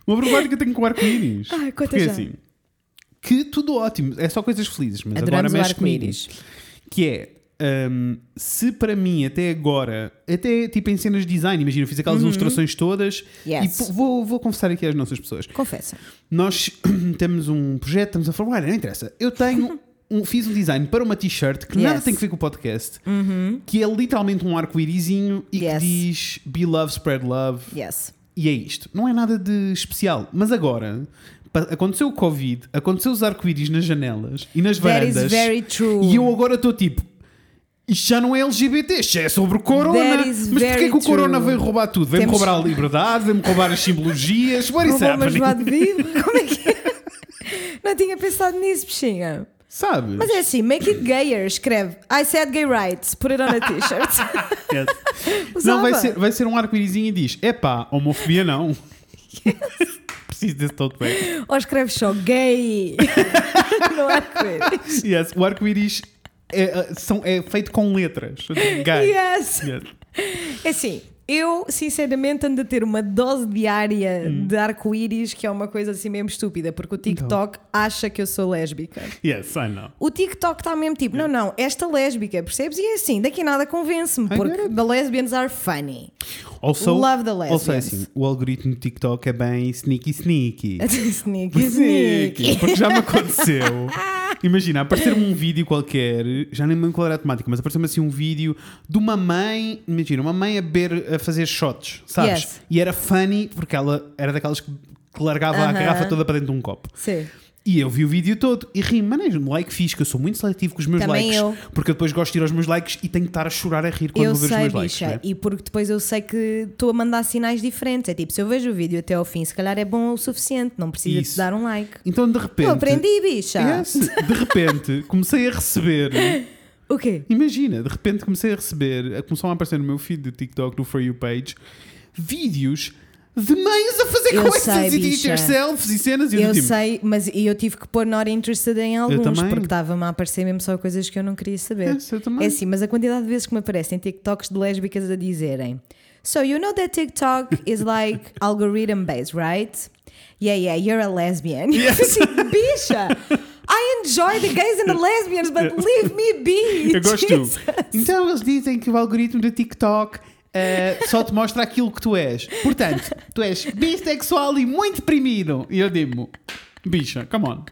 S1: Uma problemática que eu tenho com o arco-íris.
S2: Ai, conta
S1: Porque é
S2: já.
S1: assim, que tudo ótimo, é só coisas felizes, mas
S2: Adoramos o
S1: agora mexe comigo.
S2: arco-íris.
S1: Que é, hum, se para mim até agora, até tipo em cenas de design, imagina, eu fiz aquelas ilustrações todas
S2: Uhum. Yes.
S1: e pô, vou, vou confessar aqui às nossas pessoas.
S2: Confessa.
S1: Nós temos um projeto, estamos a falar, olha, não interessa. Eu tenho um, fiz um design para uma t-shirt que nada
S2: Yes. Uhum.
S1: tem que ver com o podcast, que é literalmente um arco-írisinho e
S2: Yes.
S1: que diz Be Love, Spread Love.
S2: Yes.
S1: E é isto. Não é nada de especial. Mas agora pa- aconteceu o Covid, aconteceu os arco-íris nas janelas e nas
S2: That is
S1: varandas.
S2: very true.
S1: E eu agora estou tipo. Isto já não é LGBT, isto é sobre o corona.
S2: That is
S1: Mas porquê
S2: very
S1: é que o corona
S2: true.
S1: veio roubar tudo? Veio-me
S2: Temos-
S1: roubar a liberdade, veio-me roubar as simbologias. What is
S2: Roubou-me a
S1: happening?
S2: joada de vivo? Como é que é? Não tinha pensado nisso, bichinha.
S1: Sabes?
S2: Mas é assim, make it gayer, escreve I said gay rights, put it on a t-shirt.
S1: Yes.
S2: Usava.
S1: Não, vai ser, vai ser um arco-írisinho e diz: epá, homofobia não. Preciso desse todo bem.
S2: Ou escreve só gay. Não há que ver.
S1: Yes, o arco-íris é, é, são- é feito com letras. Guys.
S2: Yes.
S1: Yes.
S2: É assim, eu sinceramente ando a ter uma dose diária
S1: Hum.
S2: de arco-íris que é uma coisa assim mesmo estúpida, porque o
S1: Então.
S2: TikTok acha que eu sou lésbica.
S1: Yes, I know.
S2: O TikTok está mesmo tipo, não, não, esta lésbica, percebes? E é assim, daqui a nada convence-me,
S1: I
S2: porque
S1: get it.
S2: the lesbians are funny.
S1: Also,
S2: Love the
S1: also é
S2: lesbians.
S1: assim, o algoritmo do TikTok é bem sneaky sneaky.
S2: sneaky, sneaky.
S1: Porque já me aconteceu. Imagina, aparecer-me um vídeo qualquer, já nem me lembro qual era a temática, mas apareceu-me assim um vídeo de uma mãe, imagina, uma mãe a beber, a fazer shots, sabes?
S2: Yes.
S1: E era funny porque ela era daquelas que, que largava a
S2: Aham.
S1: garrafa toda para dentro de um copo.
S2: Sim.
S1: E eu vi o vídeo todo e ri, mas nem like fiz, que eu sou muito seletivo com os meus
S2: Também
S1: likes.
S2: eu.
S1: Porque eu depois gosto de ir aos meus likes e tenho que estar a chorar a rir quando
S2: eu
S1: vou ver
S2: sei,
S1: os meus likes.
S2: bicha,
S1: né?
S2: e porque depois eu sei que estou a mandar sinais diferentes. É tipo, se eu vejo o vídeo até ao fim, se calhar é bom o suficiente, não precisa de
S1: Isso.
S2: dar um like.
S1: Então de repente.
S2: Eu aprendi, bicha.
S1: Yes, de repente comecei a receber
S2: O quê?
S1: Imagina, de repente comecei a receber, começou a aparecer no meu feed do TikTok, no For You page, vídeos de mães a fazer
S2: Eu
S1: coisas
S2: sei,
S1: e de eat
S2: bicha.
S1: yourselves e cenas e
S2: Eu
S1: do tipo,
S2: sei, mas eu tive que pôr not interested em alguns,
S1: também.
S2: porque estava-me a aparecer mesmo só coisas que eu não queria saber.
S1: Yes, eu também.
S2: É assim, mas a quantidade de vezes que me aparecem TikToks de lésbicas a dizerem So you know that TikTok is like algorithm based, right? Yeah, yeah, you're a lesbian.
S1: Yes.
S2: Assim, Bicha! I enjoy the gays and the lesbians, but leave me be!
S1: Eu gosto.
S2: Jesus.
S1: Então eles dizem que o algoritmo do TikTok eh, só te mostra aquilo que tu és. Portanto, tu és bissexual e muito deprimido. E eu digo, bicha, come on.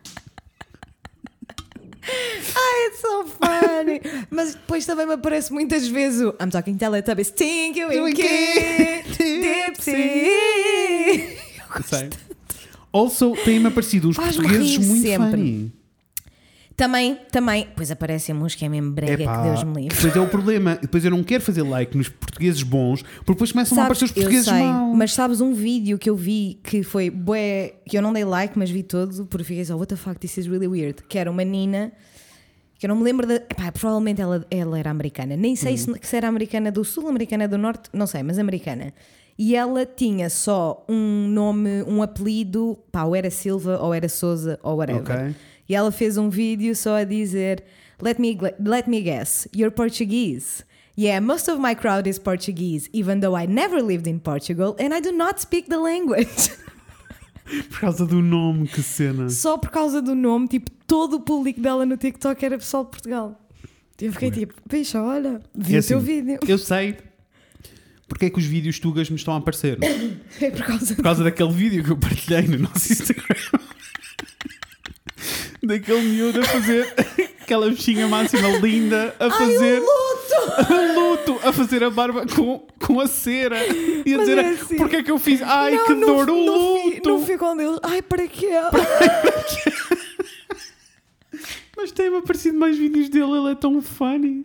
S2: Ai, it's so funny. Mas depois também me aparece muitas vezes o I'm talking Teletubbies, Tinky Winky, Dipsy.
S1: Sei. Also, têm-me aparecido uns
S2: Faz-me
S1: portugueses
S2: rir
S1: muito
S2: sempre.
S1: funny.
S2: Também, também. Pois aparecem uns que é mesmo brega,
S1: Epá,
S2: que Deus me livre.
S1: Depois é o problema. Depois eu não quero fazer like nos portugueses bons, porque depois começam a aparecer os portugueses
S2: eu sei,
S1: maus.
S2: mas sabes um vídeo que eu vi que foi bué, que eu não dei like, mas vi todo, porque fiquei só, what the fuck, this is really weird. Que era uma nina, que eu não me lembro da. Epá, provavelmente ela, ela era americana, nem sei
S1: Uhum.
S2: se, se era americana do sul, americana do norte, não sei, mas americana. E ela tinha só um nome, um apelido, pá, ou era Silva, ou era Souza, ou whatever.
S1: Ok.
S2: E ela fez um vídeo só a dizer: Let me, gla- let me guess, you're Portuguese. Yeah, most of my crowd is Portuguese, even though I never lived in Portugal and I do not speak the language.
S1: Por causa do nome, que cena.
S2: Só por causa do nome, tipo, todo o público dela no TikTok era pessoal de Portugal. Eu fiquei tipo, bicha, olha, vi
S1: É
S2: o teu
S1: assim,
S2: vídeo.
S1: Eu sei porque é que os vídeos tugas me estão a aparecer. Por
S2: É por causa
S1: causa daquele vídeo que eu partilhei no nosso Instagram. Daquele miúdo a fazer aquela bichinha máxima linda tá a
S2: Ai, o
S1: fazer
S2: luto!
S1: um luto, a fazer a barba com, com a cera e a
S2: Mas
S1: dizer
S2: é assim.
S1: porque é que eu fiz? Ai que dor, o
S2: não, fi-
S1: luto!
S2: não ficam deles. Ai, para quê?
S1: Mas tem-me aparecido mais vídeos dele, ele é tão funny.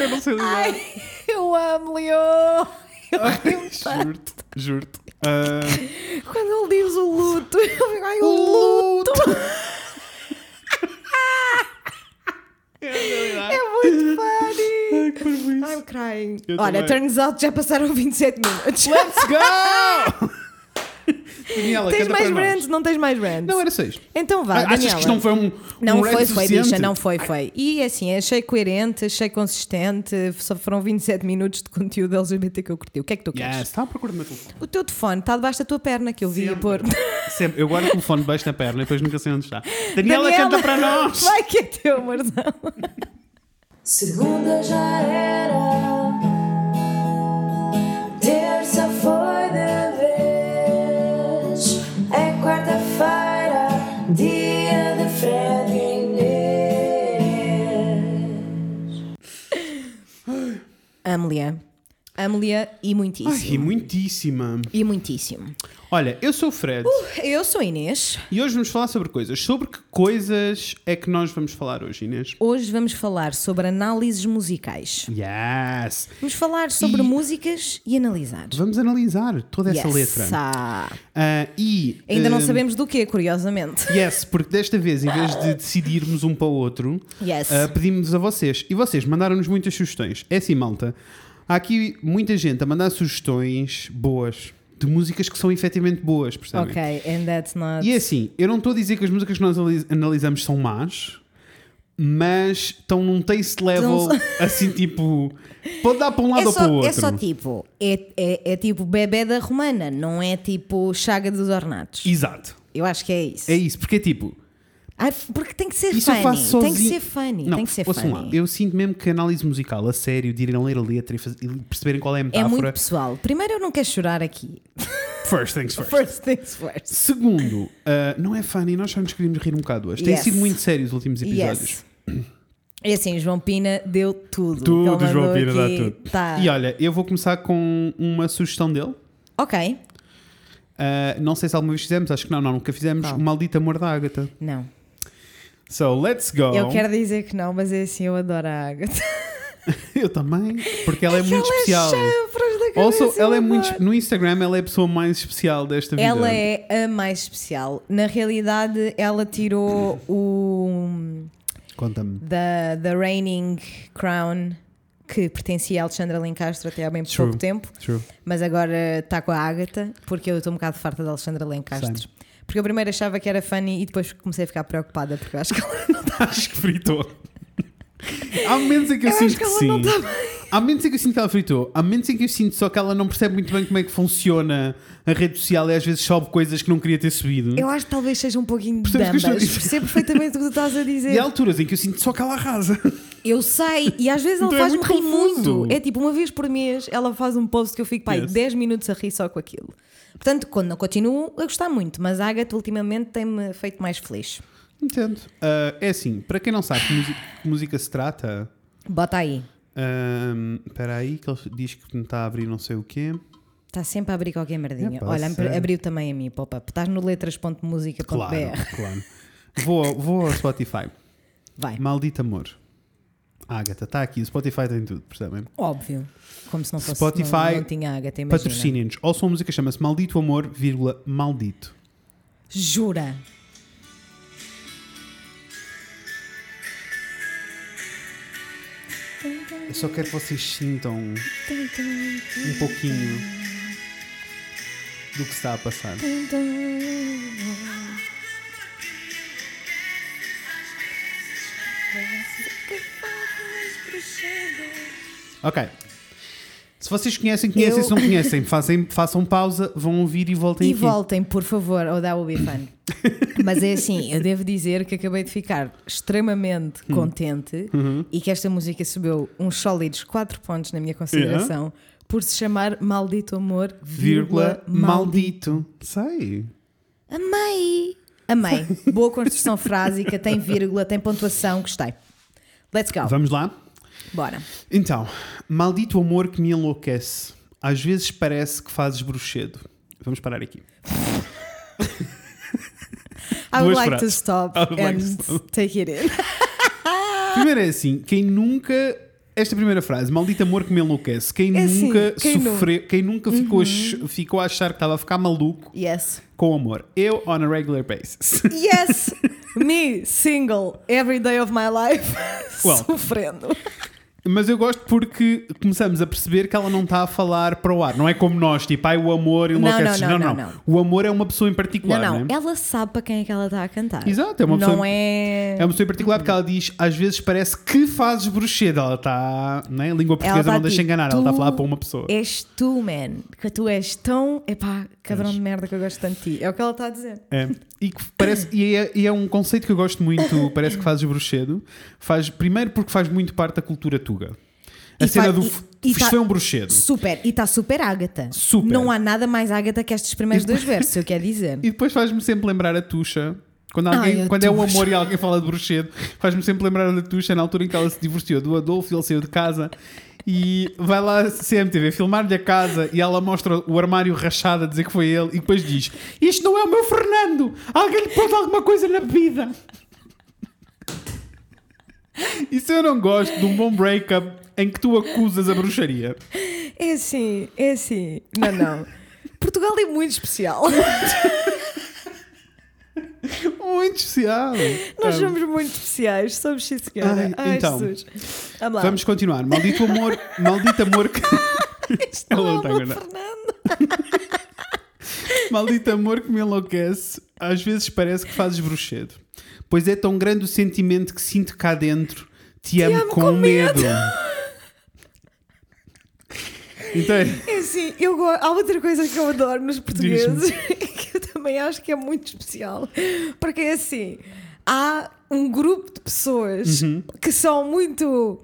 S1: Eu não sei lidar.
S2: Ai, eu amo, Leo! Eu rio tanto.
S1: Juro-te, juro-te. Ah,
S2: Quando ele diz o luto, eu fico, ai, o luto!
S1: é verdade.
S2: É muito funny!
S1: Ai, que parvoíce.
S2: I'm crying.
S1: Eu
S2: Olha,
S1: também.
S2: turns out já passaram 27 minutos.
S1: Let's go! Daniela,
S2: tens
S1: canta
S2: mais
S1: para nós.
S2: brands? Não tens mais brands?
S1: Não, era seis.
S2: Então vá,
S1: Ah, Achas
S2: Daniela.
S1: que isto não foi um.
S2: Não
S1: um rap
S2: foi, foi,
S1: suficiente?
S2: bicha, não foi, foi. E assim, achei coerente, achei consistente, só foram 27 minutos de conteúdo LGBT que eu curti. O que é que tu queres?
S1: Yes, está à procura do meu telefone.
S2: O teu telefone está debaixo da tua perna que eu vi
S1: Sempre.
S2: pôr.
S1: Sempre. Eu guardo o telefone baixo na perna e depois nunca sei onde está. Daniela, canta para nós!
S2: Vai que é teu, amorzão.
S3: Segunda já era, terça foi de vez, é quarta-feira, dia de Fred e Inês.
S2: Amelia. Amelia e
S1: Ai,
S2: muitíssimo.
S1: muitíssima.
S2: E muitíssimo.
S1: Olha, eu sou o Fred.
S2: Uh, Eu sou a Inês.
S1: E hoje vamos falar sobre coisas. Sobre que coisas é que nós vamos falar hoje, Inês?
S2: Hoje vamos falar sobre análises musicais.
S1: Yes!
S2: Vamos falar sobre
S1: E-
S2: músicas e analisar.
S1: Vamos analisar toda essa
S2: Yes.
S1: letra.
S2: Ah.
S1: Ah, e,
S2: Ainda não
S1: ah,
S2: sabemos do que, curiosamente.
S1: Yes, porque desta vez, em vez de decidirmos um para o outro,
S2: Yes.
S1: ah, pedimos a vocês. E vocês mandaram-nos muitas sugestões. É assim, malta. Há aqui muita gente a mandar sugestões boas, de músicas que são efetivamente boas, percebem?
S2: Ok, and that's not.
S1: E é assim, eu não estou a dizer que as músicas que nós analis- analisamos são más, mas estão num taste level assim tipo. Pode dar para um lado
S2: É
S1: ou para o
S2: só,
S1: outro.
S2: é só tipo, é, é, é tipo bebê da romana, não é tipo chaga dos ornatos.
S1: Exato.
S2: Eu acho que é isso.
S1: É isso, porque é tipo.
S2: Ai, porque tem que ser
S1: Isso
S2: funny.
S1: eu faço sozinho.
S2: Tem que ser funny.
S1: Não,
S2: tem que ser
S1: ouçam
S2: funny.
S1: lá, eu sinto mesmo que a análise musical, a sério, de irem ler a letra e, faz- e perceberem qual é a
S2: É
S1: metáfora.
S2: muito pessoal. Primeiro, eu não quero chorar aqui.
S1: First things first.
S2: First things first.
S1: Segundo, ah, não é funny, nós só nos queríamos rir um bocado hoje. Tem
S2: Yes.
S1: sido muito sério os últimos episódios.
S2: Yes. É assim, o João Pina deu tudo.
S1: Tudo,
S2: Ele
S1: João
S2: mandou
S1: Pina dá
S2: aqui,
S1: tudo.
S2: Tá.
S1: E olha, eu vou começar com uma sugestão dele.
S2: Ok.
S1: Ah, Uh, não sei se alguma vez fizemos, acho que não, não nunca fizemos. O Maldito Amor da Ágata.
S2: Não.
S1: So let's go.
S2: Eu quero dizer que não, mas é assim, eu adoro a Agatha.
S1: Eu também, porque ela é muito
S2: ela
S1: especial.
S2: É chanfras da cabeça,
S1: Also, ela
S2: eu
S1: é muito.
S2: adoro.
S1: No Instagram, ela é a pessoa mais especial desta vida.
S2: Ela é a mais especial. Na realidade, ela tirou o.
S1: Conta-me.
S2: da, da reigning crown que pertencia a Alexandra Lencastre até há bem
S1: True.
S2: pouco tempo,
S1: True.
S2: mas agora está com a Ágata, porque eu estou um bocado farta da Alexandra Lencastre. Porque eu primeiro achava que era funny e depois comecei a ficar preocupada porque eu acho que ela não tá, está.
S1: Acho que fritou. Há momentos em que eu,
S2: Eu acho
S1: sinto que,
S2: que ela
S1: sim.
S2: não tá
S1: Há momentos em que eu sinto que ela fritou. Há momentos em que eu sinto só que ela não percebe muito bem como é que funciona a rede social e às vezes sobe coisas que não queria ter subido.
S2: Eu acho que talvez seja um pouquinho de
S1: Percebes o que eu
S2: ambas.
S1: estou a dizer?
S2: Percebo perfeitamente o que tu estás a dizer.
S1: E há alturas em que eu sinto só que ela arrasa.
S2: Eu sei, e às vezes ela
S1: Então é
S2: faz-me
S1: muito
S2: rir
S1: confuso.
S2: muito. É tipo, uma vez por mês ela faz um post que eu fico, pai,
S1: Yes.
S2: 10 minutos a rir só com aquilo. Portanto, quando não continuo, a gostar muito, mas a Agatha ultimamente tem-me feito mais feliz.
S1: Entendo. Ah, é assim, para quem não sabe que música, que música se trata,
S2: Bota aí.
S1: ahm, espera aí, que ele diz que me está a abrir não sei o quê.
S2: Está sempre a abrir qualquer merdinha.
S1: Epá,
S2: Olha,
S1: sério.
S2: abriu também a mim, pop-up. Estás no letras.musica.br.
S1: Claro, claro. Vou, ao- vou ao Spotify.
S2: Vai.
S1: Maldito amor. Agatha, está aqui. O Spotify tem tudo, percebem?
S2: Óbvio. Como se não fosse.
S1: Spotify,
S2: não, não tinha Agatha, imagina.
S1: Patrocinem-nos. Ouçam a música, chama-se Maldito Amor, vírgula, Maldito.
S2: Jura.
S1: Eu só quero que vocês sintam um pouquinho do que está a passar. Ok. Se vocês conhecem, conhecem.
S2: Eu-
S1: Se não conhecem, fazem, façam pausa, vão ouvir e voltem
S2: E
S1: aqui.
S2: voltem, por favor, ao That Will Be Fun. Mas é assim, eu devo dizer que acabei de ficar extremamente contente e que esta música subiu uns sólidos 4 pontos na minha consideração por se chamar Maldito Amor,
S1: Vírgula,
S2: vírgula, Maldito.
S1: maldito. Sei.
S2: Amei! Amei. Boa construção frásica, tem vírgula, tem pontuação, gostei. Let's go.
S1: Vamos lá?
S2: Bora.
S1: Então, maldito amor que me enlouquece. Às vezes parece que fazes bruxedo. Vamos parar aqui.
S2: I would
S1: Duas
S2: like to
S1: frases.
S2: stop
S1: I would like
S2: and
S1: to stop.
S2: take it in.
S1: Primeiro é assim, quem nunca. Esta primeira frase, maldito amor que me enlouquece. Quem
S2: É assim,
S1: nunca
S2: quem nu- Uhum.
S1: sofreu, quem nunca ficou, ach- ficou a achar que estava a ficar maluco
S2: Yes.
S1: com amor. Eu, on a regular basis.
S2: Yes! Me, single, every day of my life,
S1: Well.
S2: sofrendo.
S1: Mas eu gosto porque começamos a perceber que ela não está a falar para o ar. Não é como nós, tipo, ai, o amor enlouquece.
S2: não,
S1: Não não,
S2: não,
S1: não,
S2: não.
S1: O amor é uma pessoa em particular.
S2: não, não,
S1: né?
S2: ela sabe para quem é que ela está a cantar.
S1: Exato, é uma
S2: Não
S1: pessoa-
S2: é.
S1: É uma pessoa em particular porque ela diz, às vezes parece que fazes bruxedo. Ela está, né? A língua portuguesa
S2: tá
S1: não deixa
S2: tipo,
S1: enganar, ela está a
S2: tu
S1: falar para uma pessoa.
S2: És tu, man. Que tu és tão. Epá, cabrão de merda que eu gosto tanto de ti. É o que ela está a dizer.
S1: É. E, que parece, e, é, e é um conceito que eu gosto muito, parece que fazes bruxedo. Faz, primeiro porque faz muito parte da cultura tuga. A
S2: E
S1: cena
S2: faz-
S1: do
S2: e-
S1: f-
S2: e
S1: isto
S2: tá-
S1: foi um bruxedo.
S2: Super, e está super Ágata.
S1: Super.
S2: Não há nada mais Ágata que estes primeiros dois versos, eu quero dizer.
S1: E depois faz-me sempre lembrar a Tuxa. Quando,
S2: Ai,
S1: alguém,
S2: a
S1: quando é o
S2: Tuxa.
S1: amor e alguém fala de bruxedo, faz-me sempre lembrar da Tuxa na altura em que ela se divorciou do Adolfo, ele saiu de casa e vai lá a CMTV filmar-lhe a casa e ela mostra o armário rachado a dizer que foi ele e depois diz: Isto não é o meu Fernando! Alguém lhe pôs alguma coisa na bebida! Isso eu não gosto de um bom breakup em que tu acusas a bruxaria.
S2: É assim, é assim. Não, não. Portugal é muito especial.
S1: Muito especial!
S2: Nós
S1: Ah,
S2: somos muito especiais, somos sim, senhora.
S1: Ai,
S2: Ai,
S1: então,
S2: Jesus. Vamos lá.
S1: Vamos continuar. Maldito amor, maldito amor que.
S2: Isto não
S1: Ela
S2: é
S1: não
S2: o
S1: tá
S2: meu
S1: enganada.
S2: Fernando.
S1: Maldito amor que me enlouquece, às vezes parece que fazes bruxedo. Pois é tão grande o sentimento que sinto cá dentro. Te, amo,
S2: amo
S1: com,
S2: com
S1: medo. Então,
S2: É assim, eu go- há outra coisa que eu adoro nos portugueses que eu também acho que é muito especial. Porque é assim, há um grupo de pessoas
S1: Uhum.
S2: que são muito.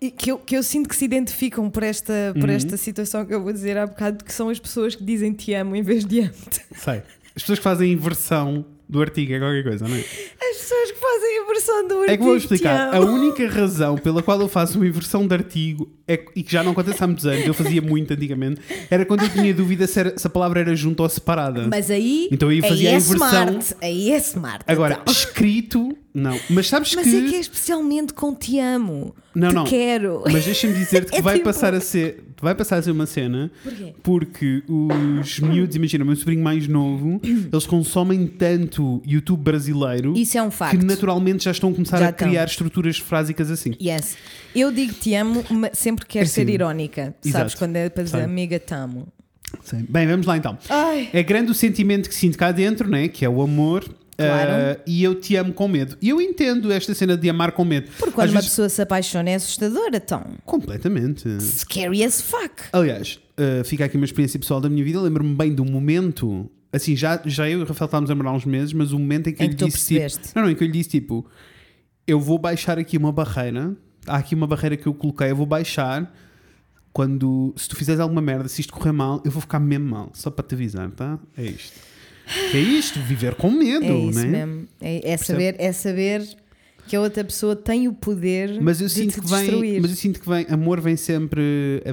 S2: e Que eu, que eu sinto que se identificam por esta,
S1: Uhum.
S2: por esta situação que eu vou dizer há bocado, que são as pessoas que dizem te amo em vez de amo-te.
S1: sei. As pessoas que fazem inversão do artigo é qualquer coisa, não é?
S2: As pessoas que fazem a versão do
S1: É que vou explicar.
S2: artificial.
S1: A única razão pela qual eu faço uma inversão de artigo é que- e que já não acontece há muitos anos, eu fazia muito antigamente, era quando eu tinha dúvida se, era- se a palavra era junta ou separada.
S2: Mas aí,
S1: Então aí fazia
S2: é
S1: a inversão.
S2: smart. Aí é smart.
S1: Agora,
S2: então.
S1: escrito, não. Mas sabes
S2: Mas
S1: que.
S2: é que é especialmente com te amo.
S1: Não,
S2: te
S1: não.
S2: quero.
S1: Mas deixa-me dizer-te que
S2: É
S1: vai,
S2: tipo-
S1: passar a ser, vai passar a ser uma cena.
S2: Porquê?
S1: Porque os miúdos, imagina, o meu sobrinho mais novo, eles consomem tanto YouTube brasileiro
S2: Isso é um
S1: que
S2: facto.
S1: naturalmente já estão a começar
S2: Já
S1: a criar
S2: estão.
S1: estruturas frásicas assim.
S2: Yes. Eu digo te amo, mas sempre quero ser
S1: Assim.
S2: irónica. Sabes?
S1: Exato.
S2: Quando é para dizer
S1: Sim.
S2: amiga, tamo.
S1: Sim. Bem, vamos lá então.
S2: Ai.
S1: É grande o sentimento que sinto cá dentro, né? que é o amor.
S2: Claro.
S1: ah, e eu te amo com medo. E eu entendo esta cena de amar com medo.
S2: Porque quando
S1: Às
S2: uma
S1: vezes-
S2: pessoa se apaixona é assustadora, então.
S1: Completamente.
S2: Scary as fuck.
S1: Aliás, eh, fica aqui uma experiência pessoal da minha vida. Lembro-me bem de um momento, assim, já, já eu e o Rafael estávamos a morar há uns meses, mas o momento em que
S2: Em
S1: eu lhe
S2: que tu
S1: disse. Tipo,
S2: percebeste.
S1: não, não, em que eu lhe disse tipo, eu vou baixar aqui uma barreira. Há aqui uma barreira que eu coloquei, eu vou baixar. Quando, se tu fizeres alguma merda, se isto correr mal, eu vou ficar mesmo mal. Só para te avisar, tá? É isto. É isto, viver com medo,
S2: É isso
S1: né?
S2: mesmo. É, é saber, é saber que a outra pessoa tem o poder
S1: Mas eu
S2: de
S1: sinto
S2: te
S1: que vem,
S2: destruir.
S1: mas eu sinto que vem, amor vem sempre,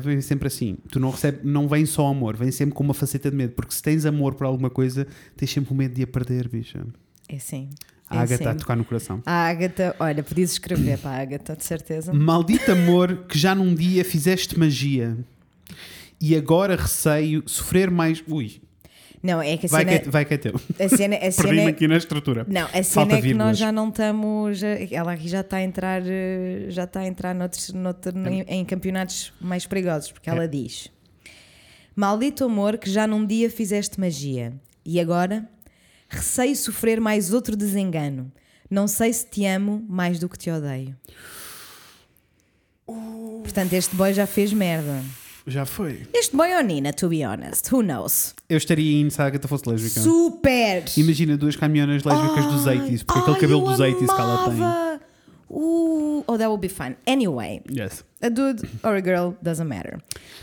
S1: vem sempre assim. Tu não recebes, não vem só amor, vem sempre com uma faceta de medo, porque se tens amor por alguma coisa, tens sempre o medo de a perder, bicha.
S2: É sim.
S1: A
S2: é
S1: Agatha a
S2: sim.
S1: tocar no coração.
S2: A Agatha, olha, podias escrever para a Agatha, de certeza.
S1: Maldito amor que já num dia fizeste magia. E agora receio sofrer mais. Ui,
S2: Não, é que a
S1: vai
S2: cena,
S1: que, é- vai que é teu.
S2: a cena, a cena
S1: Perdi-me
S2: é,
S1: aqui na estrutura.
S2: não, a cena
S1: Falta
S2: é que
S1: vírgulas.
S2: nós já não estamos, já- ela aqui já está a entrar, eh, já está a entrar noutros, noutro-
S1: É.
S2: em, em campeonatos mais perigosos, porque ela diz: Maldito amor que já num dia fizeste magia e agora receio sofrer mais outro desengano. Não sei se te amo mais do que te odeio. Portanto, este boy já fez merda.
S1: Já foi.
S2: Este boy ou Nina, to be honest, who knows?
S1: Eu estaria indo se a Agatha fosse lésbica.
S2: Super!
S1: Imagina duas caminhonas lésbicas dos 80s, porque aquele cabelo dos 80s que ela tem.
S2: ela tem. Uh, oh, that will be fun. Anyway,
S1: Yes.
S2: a dude or a girl doesn't matter.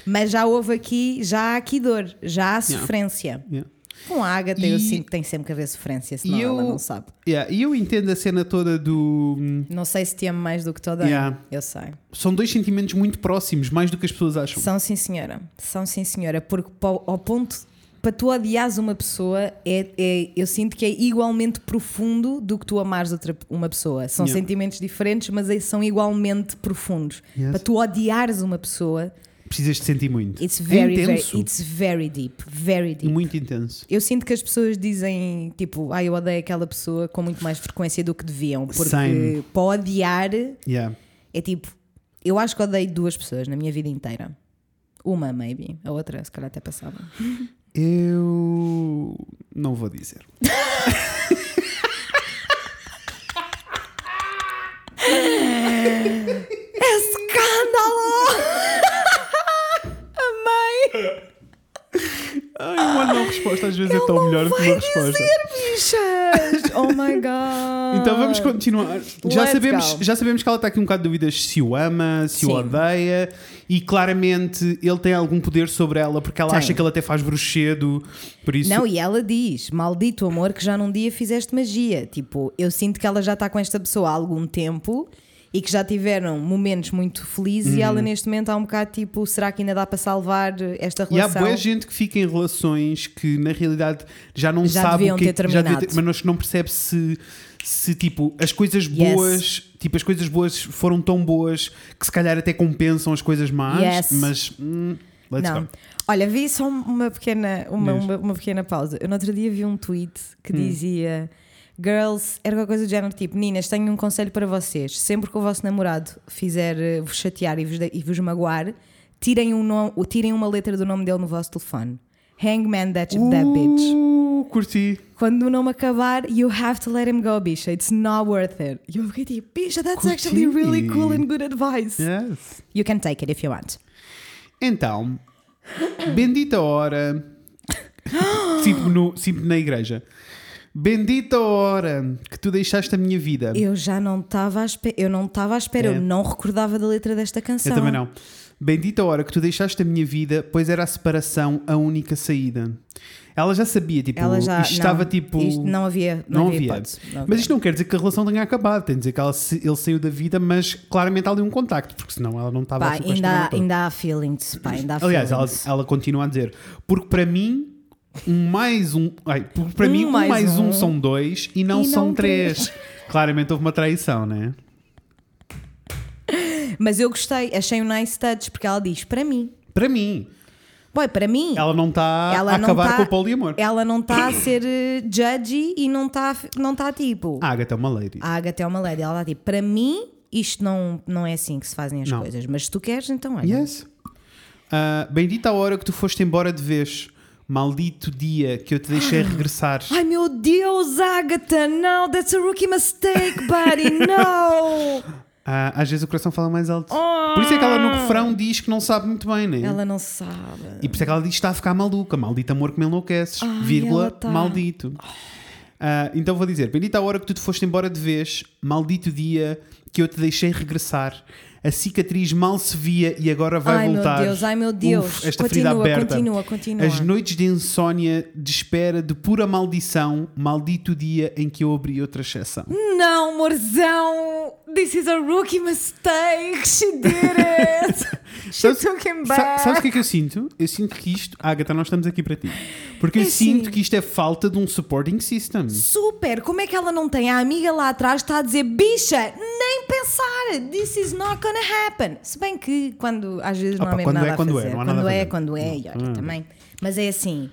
S2: Mas já houve aqui, já há aqui dor, já há sofrência.
S1: Yeah.
S2: Com a Agatha,
S1: E-
S2: eu sinto que tem sempre que haver sofrência, senão
S1: E eu-
S2: ela não sabe.
S1: Yeah, e eu entendo a cena toda do.
S2: Não sei se te amo mais do que toda.
S1: Yeah.
S2: Eu sei.
S1: São dois sentimentos muito próximos, mais do que as pessoas acham.
S2: São sim, senhora. São sim, senhora. Porque pa- ao ponto. Para tu odiares uma pessoa, é, é- eu sinto que é igualmente profundo do que tu amares outra, uma pessoa. São
S1: Yeah.
S2: sentimentos diferentes, mas é- são igualmente profundos.
S1: Yes.
S2: Para tu odiares uma pessoa,
S1: Precisas de sentir muito.
S2: it's very,
S1: é
S2: very,
S1: intenso.
S2: it's very deep. Very deep.
S1: Muito intenso.
S2: Eu sinto que as pessoas dizem, tipo, ah, eu odeio aquela pessoa com muito mais frequência do que deviam. Porque
S1: Same.
S2: para odiar
S1: Yeah.
S2: é tipo, eu acho que odeio duas pessoas na minha vida inteira. Uma, maybe. A outra, se calhar, até passava.
S1: Eu. Não vou dizer.
S2: É Escândalo! Amei!
S1: Ai, uma não resposta às vezes é tão
S2: não
S1: melhor que
S2: vai
S1: uma resposta.
S2: Bichas! Oh my god!
S1: Então vamos continuar. Já
S2: Let's
S1: sabemos,
S2: go.
S1: já sabemos que ela está aqui um bocado de dúvidas se o ama, se o
S2: Sim.
S1: odeia, e claramente ele tem algum poder sobre ela porque ela
S2: Tem.
S1: acha que ele até faz bruxedo. Por isso.
S2: Não, e ela diz: Maldito amor, que já num dia fizeste magia. Tipo, eu sinto que ela já está com esta pessoa há algum tempo e que já tiveram momentos muito felizes e
S1: Uhum.
S2: ela neste momento há um bocado tipo: será que ainda dá para salvar esta
S1: E há
S2: relação?
S1: boa gente que fica em relações que na realidade já não
S2: Já
S1: sabe
S2: deviam
S1: o que é
S2: ter
S1: que- já devia
S2: terminado.
S1: mas nós não percebe se, se tipo as coisas
S2: Yes.
S1: boas, tipo as coisas boas foram tão boas que se calhar até compensam as coisas más,
S2: Yes.
S1: mas hum, let's
S2: Não.
S1: go.
S2: Olha, vi só uma pequena, uma,
S1: Diz. Hum.
S2: uma, uma pequena pausa. Eu no outro dia vi um tweet que dizia: Girls, era qualquer coisa do género tipo, meninas, tenho um conselho para vocês. Sempre que o vosso namorado fizer eh, vos chatear e vos, de- e vos magoar, tirem, um no- o- tirem uma letra do nome dele no vosso telefone. Hangman that, that Tipo, bitch.
S1: Uh, curti.
S2: Quando o nome acabar, you have to let him go, bicha. It's not worth it. E eu fiquei tipo, bicha, that's actually
S1: Curti.
S2: really cool and good advice.
S1: Yes.
S2: You can take it if you want.
S1: Então, Tipo, bendita hora. sinto-me no- sinto-me na igreja. Bendita hora que tu deixaste a minha vida.
S2: Eu já não estava à espera, eu não estava à espera,
S1: É.
S2: eu não recordava da letra desta canção.
S1: Eu também não. Bendita hora que tu deixaste a minha vida, pois era a separação a única saída. Ela já sabia, tipo,
S2: Ela já
S1: isto estava
S2: não,
S1: tipo.
S2: isto não havia, não, havia, hipótese. Não havia.
S1: Mas isto não quer dizer que a relação tenha acabado, tem de dizer que ela se- ele saiu da vida, mas claramente há ali um contacto, porque senão ela não estava
S2: Pá,
S1: assim com esta merda
S2: ainda, há-
S1: toda.
S2: ainda há feelings, pá, ainda há
S1: Aliás, ela,
S2: feelings.
S1: ela continua a dizer, porque para mim, um mais um. Ai, porque para
S2: Um
S1: mim, um
S2: mais
S1: mais um.
S2: um
S1: são dois e não
S2: e
S1: são
S2: não
S1: três.
S2: três.
S1: claramente houve uma traição, né?
S2: Mas eu gostei, achei um nice touch, porque ela diz para mim.
S1: Para mim,
S2: Boy, para mim.
S1: ela não está
S2: ela
S1: a
S2: não
S1: acabar
S2: tá-
S1: com o poliamor.
S2: Ela não está a ser eh, judgy e não está não tá, tipo.
S1: A Agatha é uma lady.
S2: A Agatha é uma lady. Ela está tipo, para mim, isto não, não é assim que se fazem as
S1: Não.
S2: coisas. Mas se tu queres, então olha.
S1: Yes. Ah, bendita a hora que tu foste embora de vez. Maldito dia que eu te deixei regressar.
S2: Ah. Ai meu Deus, Agatha, não, that's a rookie mistake, buddy, no!
S1: Ah, às vezes o coração fala mais alto.
S2: Oh.
S1: Por isso é que ela no refrão diz que não sabe muito bem, né?
S2: Ela não sabe.
S1: E por isso é que ela diz que está a ficar maluca. Maldito amor que me enlouqueces.
S2: Ai,
S1: vírgula,
S2: ela tá.
S1: maldito. Ah, então vou dizer: Bendita a hora que tu te foste embora de vez. Maldito dia que eu te deixei regressar. A cicatriz mal se via e agora vai
S2: Ai, meu
S1: voltar.
S2: Deus, ai, meu Deus.
S1: Uf, esta ferida
S2: Continua,
S1: aberta.
S2: continua, continua.
S1: As noites de insónia, de espera, de pura maldição. Maldito dia em que eu abri outra exceção.
S2: Não, amorzão, this is a rookie mistake, she did it! she
S1: Sabes-
S2: took him
S1: Sa-
S2: back!
S1: Sabes o que é que eu sinto? Eu sinto que isto. Agatha, nós estamos aqui para ti. Porque eu
S2: É assim.
S1: sinto que isto é falta de um supporting system.
S2: Super! Como é que ela não tem? A amiga lá atrás está a dizer: bicha, nem pensar! This is not gonna happen! Se bem que quando às vezes não
S1: Opa,
S2: há mesmo
S1: quando
S2: nada
S1: é,
S2: a
S1: quando é,
S2: fazer.
S1: não há
S2: quando
S1: nada a
S2: é,
S1: fazer.
S2: quando é, e olha também. Mas é assim,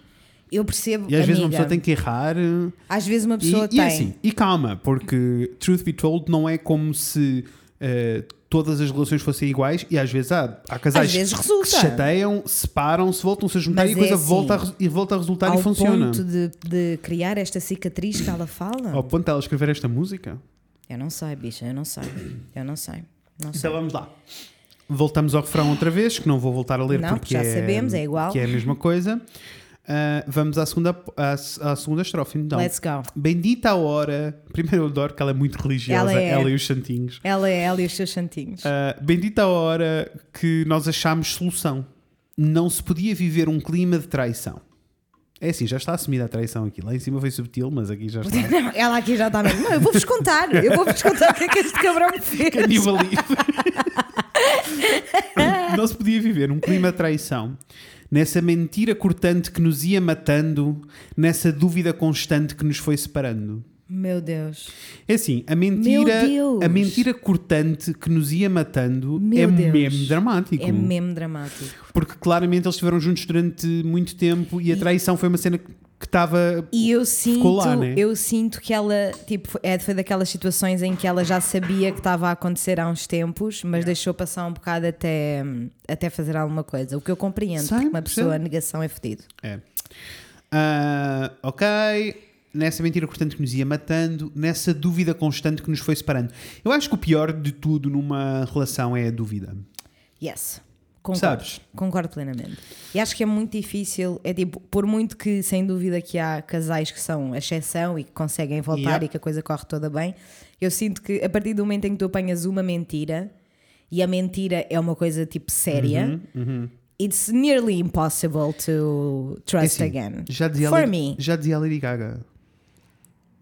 S2: eu percebo.
S1: E às vezes uma
S2: amiga,
S1: pessoa tem que errar. eh,
S2: Às vezes uma
S1: E,
S2: pessoa
S1: e
S2: tem.
S1: assim, e calma, porque truth be told, não é como se eh, todas as relações fossem iguais e às vezes há, há casais
S2: Às vezes
S1: que se
S2: resulta.
S1: chateiam, separam-se, voltam-se a juntar
S2: Mas
S1: e a
S2: é
S1: coisa
S2: assim,
S1: volta, a, resu- e volta a resultar
S2: ao
S1: e Tá, funciona.
S2: ponto de, de criar esta cicatriz que ela fala?
S1: Ao ponto de ela escrever esta música.
S2: Eu não sei, bicha, eu não sei. Eu não sei. Não sei.
S1: Então vamos lá. Voltamos ao refrão outra vez, que não vou voltar a ler
S2: Não,
S1: porque
S2: já
S1: é,
S2: sabemos, é igual.
S1: Que é a mesma coisa. Ah, vamos à segunda, à, à segunda estrofe, então.
S2: Let's go.
S1: Bendita a hora. Primeiro eu adoro que ela é muito religiosa,
S2: Ela é.
S1: ela e os santinhos.
S2: Ela é ela e os seus santinhos.
S1: Ah, bendita a hora que nós achámos solução. Não se podia viver um clima de traição. É assim, já está assumida a traição aqui. Lá em cima foi subtil, mas aqui já está.
S2: Não, ela aqui já está mesmo. Não, eu vou-vos contar. Eu vou-vos contar o que é que este cabrão me fez.
S1: Nível Não se podia viver um clima de traição. Nessa mentira cortante que nos ia matando, nessa dúvida constante que nos foi separando.
S2: Meu Deus.
S1: É assim, a mentira,
S2: Meu Deus.
S1: a mentira cortante que nos ia matando
S2: Meu
S1: é
S2: Deus.
S1: mesmo dramático.
S2: É mesmo dramático.
S1: Porque claramente eles estiveram juntos durante muito tempo e a traição foi uma cena que estava.
S2: E eu sinto,
S1: lá, né?
S2: eu sinto que ela, tipo, foi- é, foi daquelas situações em que ela já sabia que estava a acontecer há uns tempos, mas deixou passar um bocado até, até fazer alguma coisa. O que eu compreendo, porque uma
S1: 100%.
S2: pessoa, a negação é fedido.
S1: É. Ah, ok. Nessa mentira constante que nos ia matando, nessa dúvida constante que nos foi separando. Eu acho que o pior de tudo numa relação é a dúvida.
S2: Yes. Concordo,
S1: Sabes?
S2: concordo plenamente. E acho que é muito difícil, é tipo, por muito que sem dúvida que há casais que são a exceção e que conseguem voltar
S1: Yep.
S2: e que a coisa corre toda bem, eu sinto que a partir do momento em que tu apanhas uma mentira e a mentira é uma coisa tipo
S1: Uhum.
S2: séria, it's nearly impossible to
S1: É
S2: trust
S1: assim,
S2: again.
S1: Já dizia, a
S2: For
S1: Lady-
S2: me.
S1: já dizia a Lady Gaga: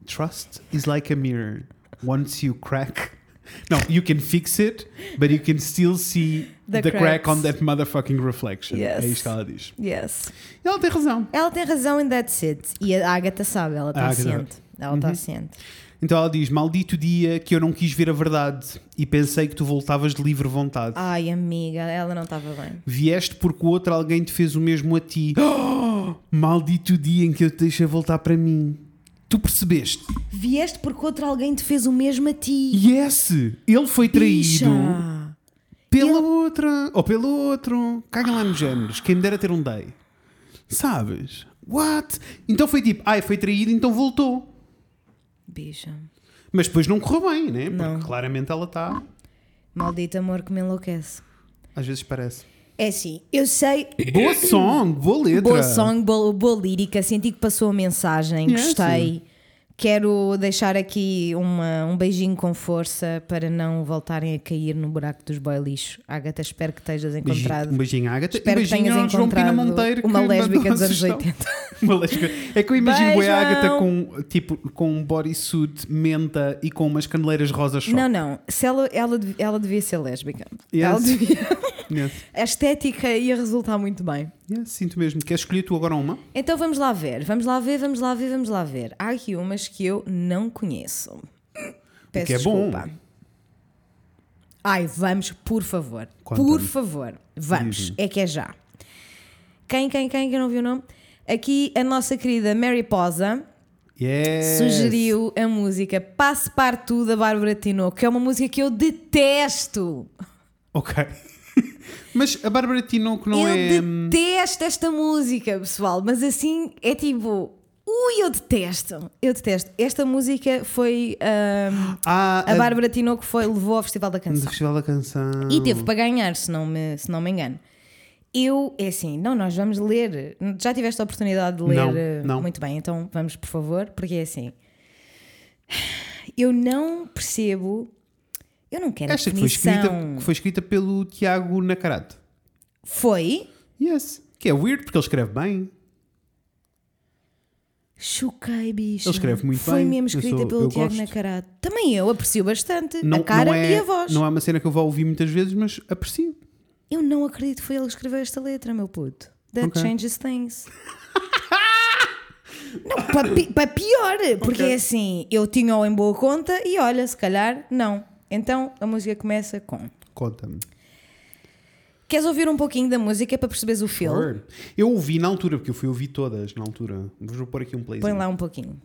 S1: Trust is like a mirror. Once you crack. No, you can fix it, but you can still see the,
S2: The
S1: crack
S2: cracks.
S1: on that motherfucking reflection.
S2: Yes.
S1: É isto que ela diz.
S2: Yes.
S1: E ela tem razão.
S2: Ela tem razão and that's it. E a Agatha sabe, ela
S1: A
S2: está
S1: Agatha- Uhum.
S2: ciente. Ela está ciente.
S1: Então ela diz: Maldito dia que eu não quis ver a verdade e pensei que tu voltavas de livre vontade.
S2: Ai, amiga, ela não estava bem.
S1: Vieste porque o outro alguém te fez o mesmo a ti. Oh, maldito dia em que eu te deixei voltar para mim. Tu percebeste?
S2: Vieste porque outro alguém te fez o mesmo a ti.
S1: Yes! Ele foi traído
S2: Bicha.
S1: pela outra ou pelo outro. Caga lá nos géneros. Quem me dera ter um day. Sabes? What? Então foi tipo: Ai, foi traído, então voltou.
S2: Bicha.
S1: Mas depois não correu bem, né? Porque
S2: Não.
S1: claramente ela está.
S2: Maldito amor que me enlouquece.
S1: Às vezes parece.
S2: É assim, eu sei.
S1: Boa song, boa letra. É,
S2: Boa song, boa, boa lírica, senti que passou a mensagem,
S1: Yes.
S2: gostei. Quero deixar aqui uma- um beijinho com força para não voltarem a cair no buraco dos boi lixo. Agatha, espero que estejas
S1: Beijinho-
S2: encontrado.
S1: um beijinho à Agatha. e um
S2: Espero que
S1: beijinho
S2: tenhas
S1: ao João Pina
S2: encontrado
S1: Monteiro.
S2: uma
S1: que
S2: lésbica
S1: mandou a
S2: dos anos
S1: sugestão.
S2: 80.
S1: Uma lésbica. É que eu imagino bué a Agatha
S2: Beijão.
S1: com, tipo, com um bodysuit, menta e com umas candeleiras rosas só.
S2: Não, não. Se ela, ela, dev- ela devia ser lésbica.
S1: Yes.
S2: Ela devia.
S1: Yes.
S2: A estética ia resultar muito bem.
S1: Yes, sinto mesmo. Queres escolher tu agora uma?
S2: Então vamos lá ver, vamos lá ver, vamos lá ver, vamos lá ver. Há aqui umas que eu não conheço. Peço
S1: que é bom.
S2: desculpa. Ai, vamos, por favor.
S1: Conta-me.
S2: Por favor, vamos. É que é já. Quem, quem, quem, que eu não vi o nome? Aqui a nossa querida Mary Posa
S1: Yes.
S2: sugeriu a música Passe Partout da Bárbara Tinoco, que é uma música que eu detesto.
S1: Ok. Mas a Bárbara Tinoco não
S2: eu
S1: é.
S2: detesto esta música, pessoal, mas assim é tipo. Ui, eu detesto! Eu detesto. Esta música foi. ahm,
S1: Ah,
S2: a Bárbara Tinoco foi, levou ao Festival da
S1: do
S2: Canção.
S1: Festival da Canção.
S2: E teve para ganhar, se não me, se não me engano. Eu, é assim, não, nós vamos ler. Já tiveste a oportunidade de ler
S1: Não,
S2: eh,
S1: não.
S2: muito bem, então vamos, por favor, porque é assim. Eu não percebo. Eu não quero
S1: Esta
S2: a
S1: que foi, escrita,
S2: definição.
S1: que foi escrita pelo Tiago Nacarato.
S2: Foi?
S1: Yes. Que é weird porque ele escreve bem.
S2: Choquei, bicho.
S1: Ele escreve muito
S2: Foi
S1: bem.
S2: mesmo
S1: Eu
S2: escrita
S1: sou- eu
S2: pelo Tiago
S1: gosto.
S2: Nacarato. Também eu aprecio bastante
S1: Não,
S2: a cara
S1: não é,
S2: e a voz.
S1: Não é uma cena que eu vou ouvir muitas vezes, mas aprecio.
S2: Eu não acredito que foi ele que escreveu esta letra, meu puto. That
S1: Ok.
S2: changes things. não, para pi- para pior, porque é assim, eu tinha-o em boa conta e olha, se calhar, não. Então a música começa com.
S1: Conta-me.
S2: Queres ouvir um pouquinho da música para perceberes o filme?
S1: Word. Eu ouvi na altura, porque eu fui ouvir todas na altura. Vou pôr aqui um play.
S2: Põe lá um pouquinho.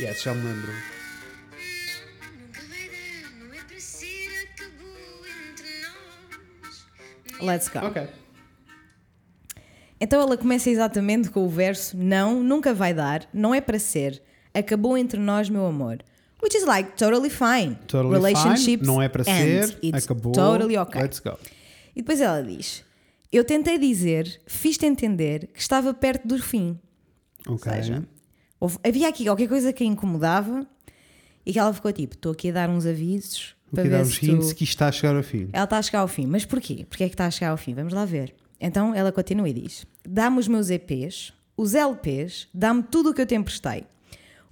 S1: Yes, já me lembro.
S3: Nunca vai dar, não é para ser, acabou entre nós.
S2: Let's go.
S1: Ok.
S2: Então ela começa exatamente com o verso: Não, nunca vai dar, não é para ser. Acabou entre nós, meu amor. Which is like totally fine.
S1: Totally
S2: Relationships
S1: fine. Não é para
S2: end.
S1: ser.
S2: It's
S1: acabou.
S2: Totally okay.
S1: Let's go.
S2: E depois ela diz: Eu tentei dizer, fiz-te entender que estava perto do fim.
S1: Ok.
S2: Ou seja, houve- havia aqui qualquer coisa que a incomodava e que ela ficou tipo: Estou aqui a dar uns avisos para
S1: Vou dar
S2: ver
S1: uns
S2: se
S1: hints
S2: tu...
S1: que isto está a chegar ao fim.
S2: Ela está a chegar ao fim. Mas porquê? Porquê é que está a chegar ao fim? Vamos lá ver. Então ela continua e diz: Dá-me os meus EPs, os LPs, dá-me tudo o que eu te emprestei.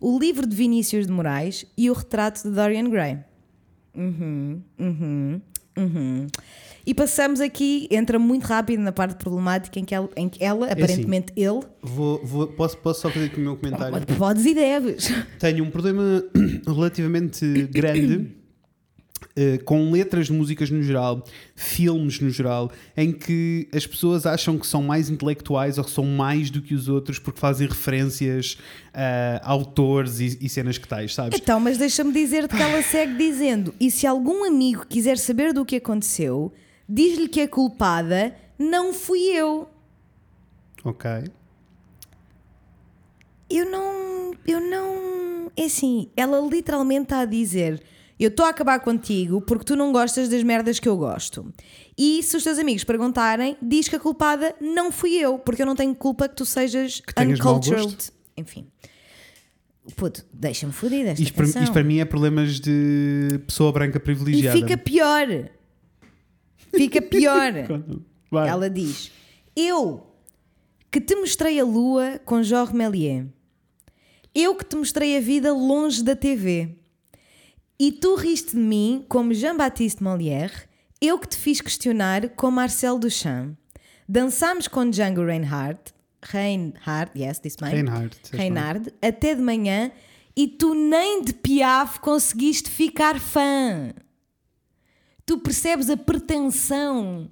S2: O livro de Vinícius de Moraes e o retrato de Dorian Gray. Uhum, uhum, uhum. E passamos aqui, entra muito rápido na parte problemática em que ela, em que ela
S1: assim.
S2: aparentemente ele,
S1: Vou- vou- posso, posso só fazer aqui o meu comentário?
S2: podes e deves.
S1: Tenho um problema relativamente grande eh, com letras de músicas no geral, filmes no geral, em que as pessoas acham que são mais intelectuais ou que são mais do que os outros porque fazem referências a autores e, e cenas que tais, sabes?
S2: Então, mas deixa-me dizer-te que ela segue dizendo: e se algum amigo quiser saber do que aconteceu, diz-lhe que a culpada não fui eu. É
S1: Ok.
S2: Eu não. Eu não. É assim, ela literalmente está a dizer: eu estou a acabar contigo porque tu não gostas das merdas que eu gosto. E se os teus amigos perguntarem, diz que a culpada não fui eu, porque eu não tenho culpa que tu sejas
S1: tenhas mau
S2: uncultured.
S1: gosto.
S2: Enfim. Puto, deixa-me foder esta
S1: Isto para,
S2: canção.
S1: isto para mim é problemas de pessoa branca
S2: E
S1: privilegiada.
S2: fica pior. Fica pior.
S1: Vai.
S2: Ela diz: Eu que te mostrei a lua com Jorge Méliès. Eu que te mostrei a vida longe da TV. E tu riste de mim como Jean-Baptiste Molière. Eu que te fiz questionar com Marcel Duchamp. Dançámos com Django Reinhardt. Reinhardt, yes, this man.
S1: Reinhardt, that's
S2: Reinhardt, até de manhã. E tu nem de Piaf conseguiste ficar fã. Tu percebes a pretensão,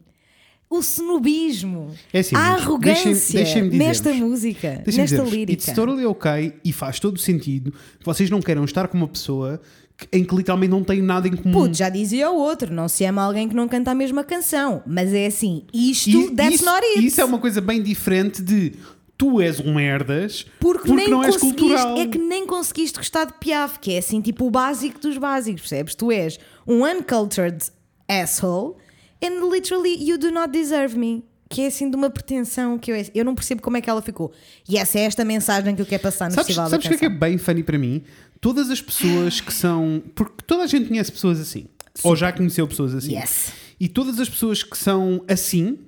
S2: o snobismo,
S1: É assim,
S2: a
S1: mas
S2: arrogância
S1: deixem- deixem-me dizer-vos.
S2: nesta música,
S1: Deixa-me
S2: nesta
S1: dizer-vos,
S2: lírica.
S1: It's totally ok e faz todo sentido que vocês não queiram estar com uma pessoa que- em que literalmente não tem nada em comum.
S2: Puto, já dizia o outro, não se ama alguém que não canta a mesma canção. Mas é assim, isto,
S1: E-
S2: that's
S1: isso,
S2: not it.
S1: Isso é uma coisa bem diferente de tu és um merdas
S2: Porque, nem
S1: não és cultural.
S2: conseguiste, é que nem conseguiste gostar de Piaf, que é assim tipo o básico dos básicos, percebes? Tu és um uncultured asshole and literally you do not deserve me. que é assim de uma pretensão que eu, eu não percebo como é que ela ficou. E essa é esta mensagem que eu quero passar no
S1: Sabes,
S2: festival. da
S1: sabes o que é que é
S2: Canção.
S1: bem funny para mim? Todas as pessoas que são. Porque toda a gente conhece pessoas assim. Ou já conheceu pessoas assim.
S2: Yes.
S1: E todas as pessoas que são assim,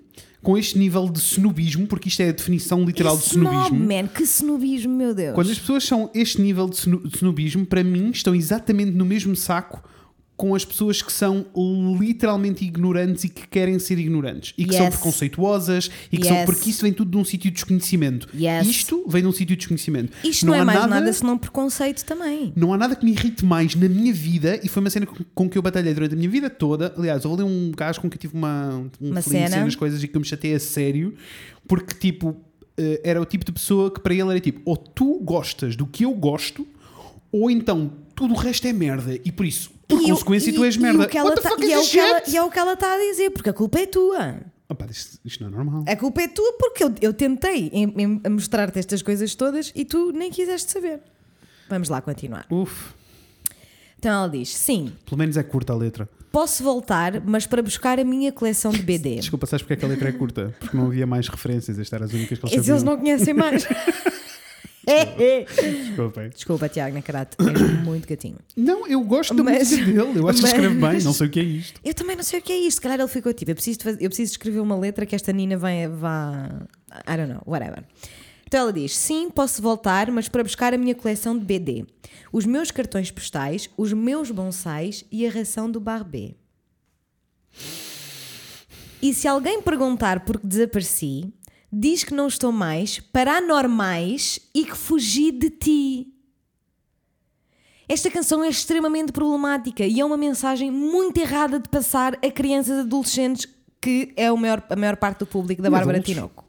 S1: com este nível de snobismo, porque isto é a definição literal de
S2: Que
S1: snobismo.
S2: snob, man, que snobismo, meu Deus.
S1: Quando as pessoas são este nível de sno- de snobismo, para mim, estão exatamente no mesmo saco com as pessoas que são literalmente ignorantes e que querem ser ignorantes e que são
S2: Yes.
S1: preconceituosas e que são
S2: Yes.
S1: porque isso vem tudo de um sítio de desconhecimento.
S2: Yes.
S1: Isto vem de um sítio de desconhecimento.
S2: Isto não,
S1: há
S2: é mais nada... senão preconceito também.
S1: Não há nada que me irrite mais na minha vida, e foi uma cena com- com que eu batalhei durante a minha vida toda. Aliás, houve ali um gajo com que eu tive uma, um
S2: Uma
S1: feeling
S2: cena?
S1: nas coisas e que eu me chatei a sério, porque tipo, eh, era o tipo de pessoa que para ele era tipo, ou tu gostas do que eu gosto, ou então tudo o resto é merda, e por isso, por
S2: E eu-
S1: consequência,
S2: e-
S1: tu és
S2: e
S1: merda.
S2: o que ela
S1: What the
S2: tá-
S1: fuck
S2: e
S1: is
S2: é o
S1: this
S2: que ela-
S1: shit?
S2: E é o que ela está a dizer, porque a culpa é tua.
S1: Opa, isto, isto não é normal.
S2: A culpa é tua porque eu, eu tentei em- em- a mostrar-te estas coisas todas e tu nem quiseste saber. Vamos lá continuar.
S1: Uf,
S2: Então ela diz: Sim,
S1: pelo menos é curta a letra.
S2: posso voltar, mas para buscar a minha coleção de BD.
S1: Desculpa, sabes porque é que a letra é curta? Porque não havia mais referências, estas eram as únicas que eles
S2: Esses É, eles
S1: sabiam.
S2: não conhecem mais. É, é.
S1: Desculpem.
S2: Desculpa, Tiago Nacarato, és muito gatinho.
S1: Não, eu gosto da
S2: Mas-
S1: música dele. Eu acho que
S2: mas-
S1: escreve bem, não sei o que é isto.
S2: Eu também não sei o que é isto. Se calhar ele ficou tipo: eu preciso, de faz- eu preciso de escrever uma letra que esta Nina vai, vá. I don't know, whatever. Então ela diz: Sim, posso voltar, mas para buscar a minha coleção de BD, os meus cartões postais, os meus bonsais e a ração do Barbé. E se alguém perguntar por que desapareci, diz que não estou mais, paranormais e que fugi de ti. Esta canção é extremamente problemática e é uma mensagem muito errada de passar a crianças e adolescentes, que é o maior- a maior parte do público da
S1: E
S2: Bárbara
S1: adultos.
S2: Tinoco.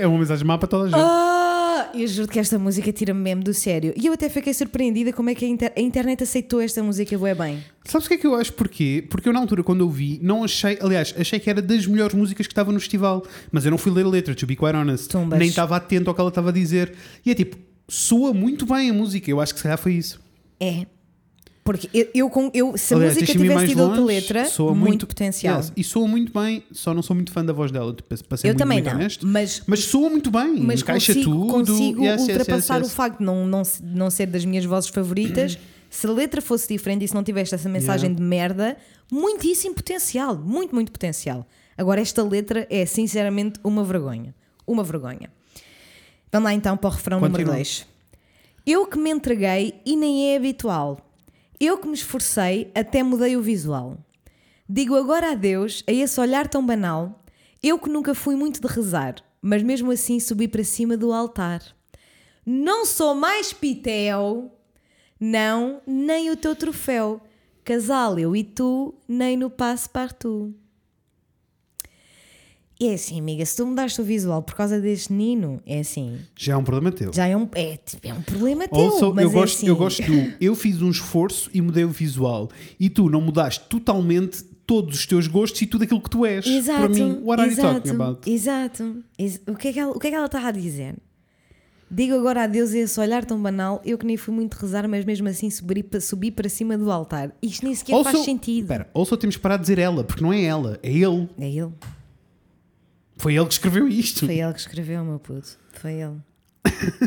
S1: É uma mensagem má para toda a gente.
S2: Ah, eu juro que esta música tira-me mesmo do sério. E eu até fiquei surpreendida como é que a, inter- a internet aceitou esta música bué bem.
S1: Sabes o que é que eu acho? Porquê? Porque eu, na altura, quando eu vi, não achei. Aliás, achei que era das melhores músicas que estava no festival. Mas eu não fui ler a letra, to be quite honest.
S2: Tumbas.
S1: Nem estava atento ao que ela estava a dizer. E é tipo, soa muito bem a música. Eu acho que se calhar foi isso.
S2: É. Porque eu, eu, com- eu- se a
S1: Aliás,
S2: música
S1: deixa-me ir
S2: tivesse
S1: mais
S2: tido outra
S1: longe,
S2: letra,
S1: soa
S2: muito, potencial.
S1: Yes, E soa muito bem, só não sou muito fã da voz dela, tipo, para ser
S2: Eu
S1: muito,
S2: também
S1: muito
S2: não,
S1: honesto.
S2: mas-
S1: soa muito bem,
S2: mas
S1: encaixa
S2: consigo,
S1: tudo.
S2: consigo
S1: Yes, yes, yes,
S2: ultrapassar
S1: yes.
S2: o facto de não, não, se- não ser das minhas vozes favoritas. se a letra fosse diferente e se não tivesse essa mensagem
S1: Yeah.
S2: de merda, muitíssimo potencial, muito, muito potencial. Agora, esta letra é sinceramente uma vergonha. Uma vergonha. Vamos lá então para o refrão número
S1: Continua.
S2: 2. Eu que me entreguei e nem é habitual. Eu que me esforcei até mudei o visual. Digo agora adeus a esse olhar tão banal. Eu que nunca fui muito de rezar, mas mesmo assim subi para cima do altar. Não sou mais pitel, não, nem o teu troféu. Casal, eu e tu, nem no passo partu. É assim, amiga, se tu mudaste o visual por causa deste Nino, é assim.
S1: Já é um problema teu.
S2: Já é um, é, tipo, é um problema teu.
S1: Also,
S2: mas
S1: eu,
S2: é
S1: gosto,
S2: assim,
S1: eu gosto do. Eu fiz um esforço e mudei o visual. E tu não mudaste totalmente todos os teus gostos e tudo aquilo que tu és.
S2: Exato,
S1: Para mim, what are you
S2: exato,
S1: talking about?
S2: Exato. Ex- o, que é que ela, o que é que ela está a dizer? Digo agora adeus a esse olhar tão banal, eu que nem fui muito rezar, mas mesmo assim subi, pa- subi para cima do altar. Isto nem sequer faz sentido.
S1: Espera, ou só temos que parar de dizer ela, porque não é ela, é ele.
S2: É ele.
S1: Foi ele que escreveu isto.
S2: Foi ele que escreveu, meu puto. Foi ele.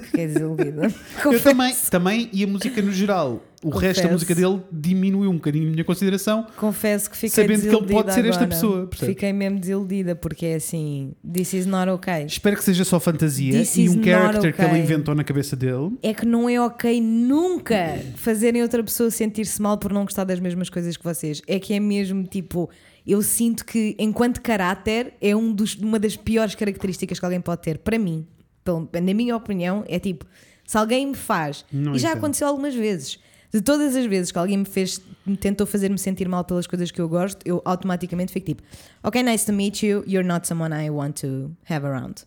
S2: Fiquei desiludida.
S1: Eu
S2: Confesso.
S1: também, também, e a música no geral. O resto da
S2: Confesso.
S1: música dele diminuiu um bocadinho a minha consideração.
S2: Confesso que fiquei
S1: Sabendo que ele
S2: desiludida.
S1: pode ser esta
S2: agora.
S1: pessoa, percebes?
S2: Fiquei mesmo desiludida porque é assim: this is not okay.
S1: Espero que seja só fantasia
S2: This
S1: e
S2: is
S1: um
S2: not
S1: character que
S2: okay.
S1: ele inventou na cabeça dele.
S2: é que não é ok nunca fazerem outra pessoa sentir-se mal por não gostar das mesmas coisas que vocês. É que é mesmo tipo, eu sinto que enquanto caráter é um dos- uma das piores características que alguém pode ter. Para mim, pelo- na minha opinião, é tipo, se alguém me faz,
S1: Não
S2: e já
S1: entendo.
S2: aconteceu algumas vezes. De todas as vezes que alguém me fez, me tentou fazer-me sentir mal pelas coisas que eu gosto, eu automaticamente fico tipo, ok, nice to meet you, you're not someone I want to have around.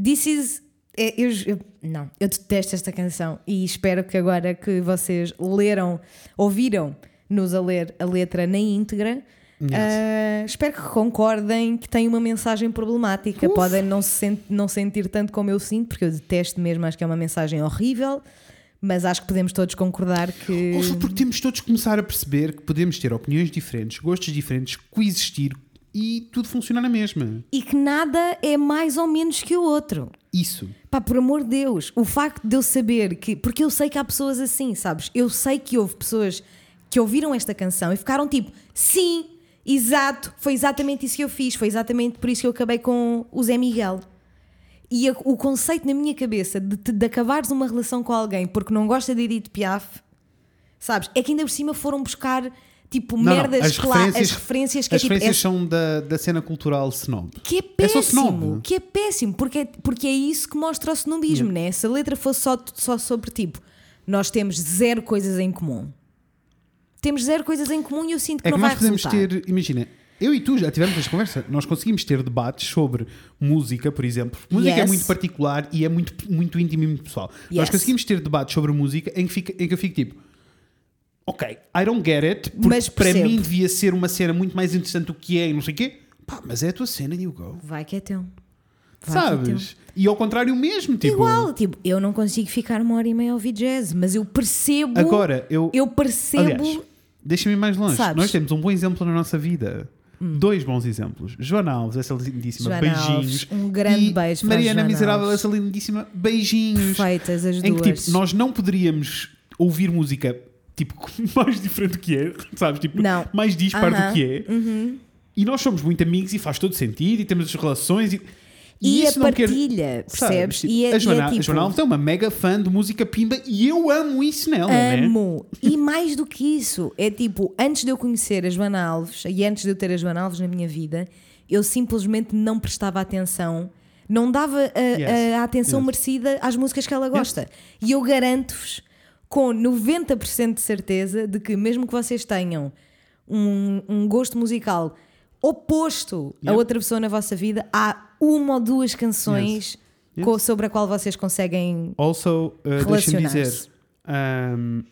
S2: This is. é, Eu, eu- não, eu detesto esta canção e espero que agora que vocês leram, ouviram-nos a ler a letra na íntegra, ah, espero que concordem que tem uma mensagem problemática. Podem não, se sent- não sentir tanto como eu sinto, porque eu detesto mesmo, acho que é uma mensagem horrível, mas acho que podemos todos concordar que.
S1: Ouça, porque temos todos que começar a perceber que podemos ter opiniões diferentes, gostos diferentes, coexistir e tudo funciona na mesma.
S2: E que nada é mais ou menos que o outro.
S1: Isso.
S2: Pá, por amor de Deus, o facto de eu saber que. Porque eu sei que há pessoas assim, sabes? Eu sei que houve pessoas que ouviram esta canção e ficaram tipo, sim, exato, foi exatamente isso que eu fiz, foi exatamente por isso que eu acabei com o Zé Miguel. E a- o conceito na minha cabeça de, te- de acabares uma relação com alguém porque não gosta de Edith Piaf, sabes? É que ainda por cima foram buscar tipo
S1: Não, não,
S2: merdas, clá- as referências que
S1: as
S2: é tipo.
S1: referências
S2: é-
S1: são da, da cena cultural snob.
S2: que é
S1: É só
S2: péssimo,
S1: snob.
S2: que é péssimo, porque é, porque é isso que mostra o snobismo, né? Se a letra fosse só, só sobre tipo, nós temos zero coisas em comum. Temos zero coisas em comum e eu sinto que
S1: É
S2: não
S1: que
S2: vai
S1: nós podemos
S2: resultar.
S1: ter, imagina, eu e tu já tivemos esta conversa, nós conseguimos ter debates sobre música, por exemplo. Música é
S2: Yes.
S1: muito particular e é muito, muito íntimo e muito pessoal. Nós
S2: Yes.
S1: conseguimos ter debates sobre música em que, fica- em que eu fico tipo. Ok, I don't get it, porque
S2: Mas
S1: para
S2: percebo.
S1: mim devia ser uma cena muito mais interessante do que é e não sei o quê. Pá, mas é a tua cena e you go.
S2: Vai que é teu. Vai que é teu.
S1: Sabes? E ao contrário mesmo, tipo.
S2: Igual, tipo, eu não consigo ficar uma hora e meia a ouvir jazz, mas eu percebo.
S1: Agora, eu-
S2: Eu percebo.
S1: Aliás, deixa-me ir mais longe.
S2: Sabes? Hum.
S1: Nós temos um bom exemplo na nossa vida. Dois bons exemplos. Joana Alves, essa lindíssima,
S2: Joana
S1: beijinhos.
S2: Alves, um grande
S1: e
S2: beijo para a
S1: Mariana
S2: Joana
S1: Miserável,
S2: Alves.
S1: essa lindíssima, beijinhos.
S2: Perfeitas as
S1: Em que
S2: duas.
S1: tipo, nós não poderíamos ouvir música tipo mais diferente do que é, sabes? Tipo,
S2: Não.
S1: mais dispar
S2: Aham. Uhum.
S1: do que é. E nós somos muito amigos e faz todo sentido e temos as relações e.
S2: E a
S1: isso não quer-
S2: partilha, percebes?
S1: Sabes? Tipo,
S2: E é- e
S1: a
S2: é
S1: Joana, a
S2: tipo-
S1: Joana Alves é uma mega fã de música pimba e eu amo isso nela, né?
S2: Amo! E mais do que isso, é tipo, antes de eu conhecer a Joana Alves e antes de eu ter a Joana Alves na minha vida, eu simplesmente não prestava atenção, não dava a,
S1: Yes.
S2: a- a atenção
S1: Yes.
S2: merecida às músicas que ela gosta. E eu garanto-vos, com 90% de certeza, de que mesmo que vocês tenham um, um gosto musical oposto a
S1: Yep.
S2: outra pessoa na vossa vida, há uma ou duas canções
S1: Yes.
S2: co- sobre a qual vocês conseguem
S1: Also, uh, deixa-me
S2: Relacionar-se.
S1: dizer, um,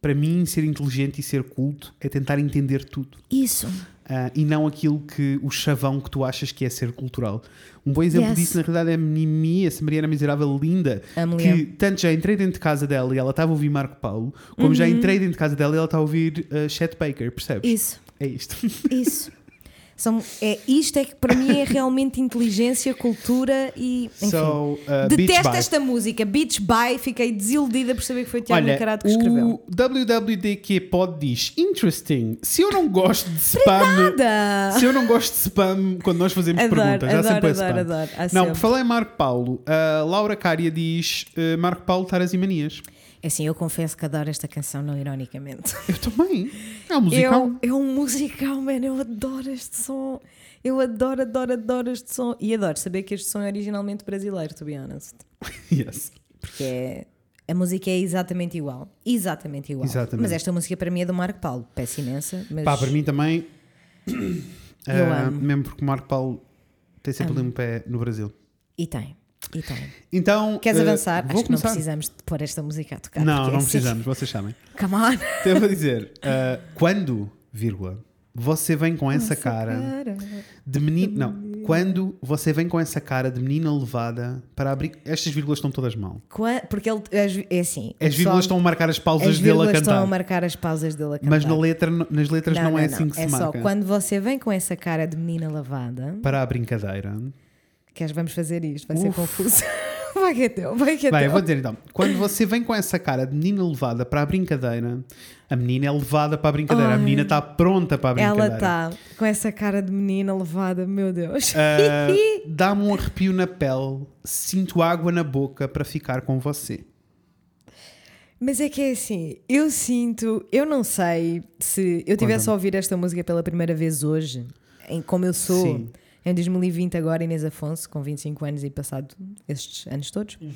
S1: para mim, ser inteligente e ser culto é tentar entender tudo
S2: isso.
S1: uh, e não aquilo que o chavão que tu achas que é ser cultural. Um bom exemplo
S2: Yes.
S1: disso, na realidade, é a Mimi, essa Mariana Miserável linda,
S2: Amo-lhe.
S1: que tanto já entrei dentro de casa dela e ela estava a ouvir Marco Paulo, como já entrei dentro de casa dela e ela está a ouvir uh, Chet Baker, percebes?
S2: Uhum. Isso.
S1: É isto.
S2: Isso. São, é, isto é que para mim é realmente inteligência, cultura e. Enfim.
S1: So, uh, Beach
S2: Detesto
S1: Bye.
S2: esta música, Beach Bye. Fiquei desiludida por saber que foi o Tiago
S1: Olha,
S2: Nicarado que escreveu.
S1: o WWDQ Pod diz Interesting, se eu não gosto de spam
S2: Nada!
S1: Se eu não gosto de spam quando nós fazemos
S2: Adoro,
S1: perguntas, há
S2: adoro,
S1: sempre é
S2: adoro,
S1: spam.
S2: adoro. Há
S1: Não,
S2: sempre.
S1: por falar em Marco Paulo, a Laura Cária diz eh, Marco Paulo Taras e Manias.
S2: É Assim, eu confesso que adoro esta canção, não ironicamente.
S1: Eu também. É um musical.
S2: Eu, é um musical, man. Eu adoro este som. Eu adoro, adoro, adoro este som. E adoro saber que este som é originalmente brasileiro, to be honest.
S1: Yes.
S2: Porque é- a música é exatamente igual. Exatamente igual.
S1: Exatamente.
S2: Mas esta música para mim é do Marco Paulo. Peço imensa. Mas...
S1: Pá, para mim também.
S2: Eu
S1: ah,
S2: amo.
S1: Mesmo porque o Marco Paulo tem sempre ali um pé no Brasil.
S2: E tem. E tem.
S1: Então.
S2: Queres
S1: eh,
S2: avançar?
S1: Vou
S2: Acho que não
S1: começar.
S2: precisamos de pôr esta música a tocar.
S1: Não,
S2: porque
S1: não
S2: é assim.
S1: precisamos, vocês sabem.
S2: Come on.
S1: Então eu vou dizer: ah, quando, vírgula, você vem com essa
S2: assim? Ah,
S1: cara de menino. Não, quando você vem com essa cara de menina levada para abrir. Estas vírgulas estão todas mal.
S2: Qua- Porque ele as- é assim.
S1: As vírgulas
S2: o pessoal-
S1: estão a marcar as
S2: as
S1: pausas dele a
S2: vírgulas
S1: cantar.
S2: estão a marcar as pausas dele a cantar.
S1: Mas na letra, nas letras não, é assim que se
S2: É
S1: marca.
S2: só quando você vem com essa cara de menina lavada,
S1: Para a brincadeira.
S2: queres vamos fazer isto, vai ser
S1: Uf.
S2: confuso. Vai que é teu, vai que é
S1: Bem, eu
S2: teu.
S1: vou dizer então. Quando você vem com essa cara de menina levada para a brincadeira, a menina é levada para a brincadeira, a menina está pronta para a brincadeira.
S2: Ela tá. está com essa cara de menina levada, meu Deus.
S1: Ah, Dá-me um arrepio na pele, sinto água na boca para ficar com você.
S2: Mas é que é assim, eu sinto, eu não sei se eu tivesse a ouvir esta música pela primeira vez hoje, em como eu sou,
S1: Sim.
S2: em 2020 agora, Inês Afonso, com 25 anos e passado estes anos todos,
S1: Uhum.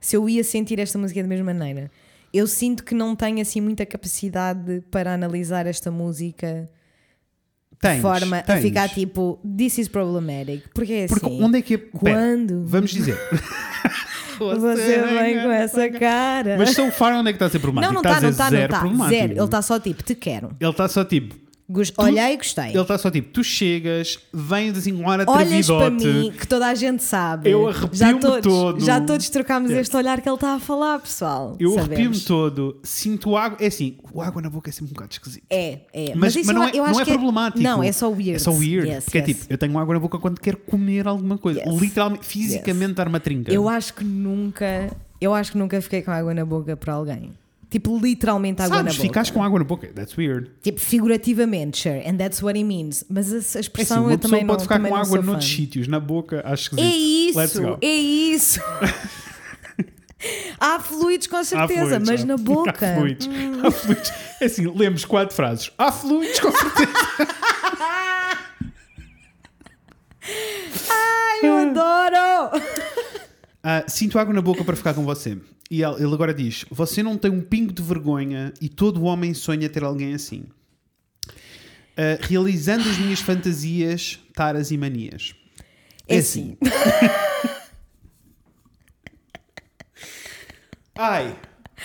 S2: se eu ia sentir esta música da mesma maneira. Eu sinto que não tenho assim muita capacidade para analisar esta música
S1: Tens,
S2: de forma
S1: tens.
S2: a ficar tipo, this is problematic, porque é
S1: Porque
S2: assim.
S1: onde é que é. Pera,
S2: Quando?
S1: vamos dizer.
S2: Você vem com essa cara.
S1: Mas so far, onde é que está a ser problemático?
S2: não, tá.
S1: Está
S2: não
S1: a
S2: está,
S1: dizer
S2: não está, não
S1: zero
S2: está.
S1: problemático.
S2: Zero. Ele está só tipo, te quero.
S1: Ele está só tipo,
S2: Gos- Olhei e gostei.
S1: Ele está só tipo, tu chegas, vens assim com um ar
S2: É. Olhas para
S1: atrevidote.
S2: mim, que toda a gente sabe.
S1: Eu arrepio-me
S2: já todos,
S1: todo.
S2: Já todos trocámos
S1: Yes.
S2: este olhar que ele está a falar, pessoal.
S1: Eu
S2: Sabemos.
S1: arrepio-me todo, sinto água. É assim, o água na boca é sempre um bocado esquisito.
S2: É, é.
S1: Mas,
S2: isso
S1: mas não,
S2: eu-
S1: é,
S2: eu
S1: não
S2: acho
S1: é
S2: que
S1: problemático.
S2: Não, é só weird.
S1: É só weird.
S2: Yes,
S1: porque
S2: yes.
S1: é tipo, eu tenho água na boca quando quero comer alguma coisa.
S2: Yes.
S1: Literalmente, fisicamente dar uma trinca.
S2: Eu acho que nunca, eu acho que nunca fiquei com água na boca para alguém. Tipo, literalmente água
S1: Sabes,
S2: na boca.
S1: ficaste com água na boca. That's weird.
S2: Tipo, figurativamente, sure, and that's what he means. Mas a, a
S1: É assim,
S2: expressão
S1: uma
S2: eu
S1: pessoa
S2: também
S1: pode
S2: não,
S1: ficar
S2: também
S1: com
S2: não
S1: água
S2: sou fã.
S1: noutros sítios, na boca, acho esquisito.
S2: É
S1: Let's
S2: isso,
S1: go.
S2: é isso. Há fluidos com
S1: Há
S2: certeza,
S1: fluidos,
S2: mas
S1: há-
S2: na boca.
S1: Há fluidos. Há fluidos. É assim, lemos quatro frases. Há fluidos, com certeza.
S2: Ai, eu adoro!
S1: Ah, sinto água na boca para ficar com você. E ele ele agora diz: Você não tem um pingo de vergonha e todo homem sonha ter alguém assim. Ah, realizando as minhas fantasias, taras e manias. assim.
S2: É
S1: Ai,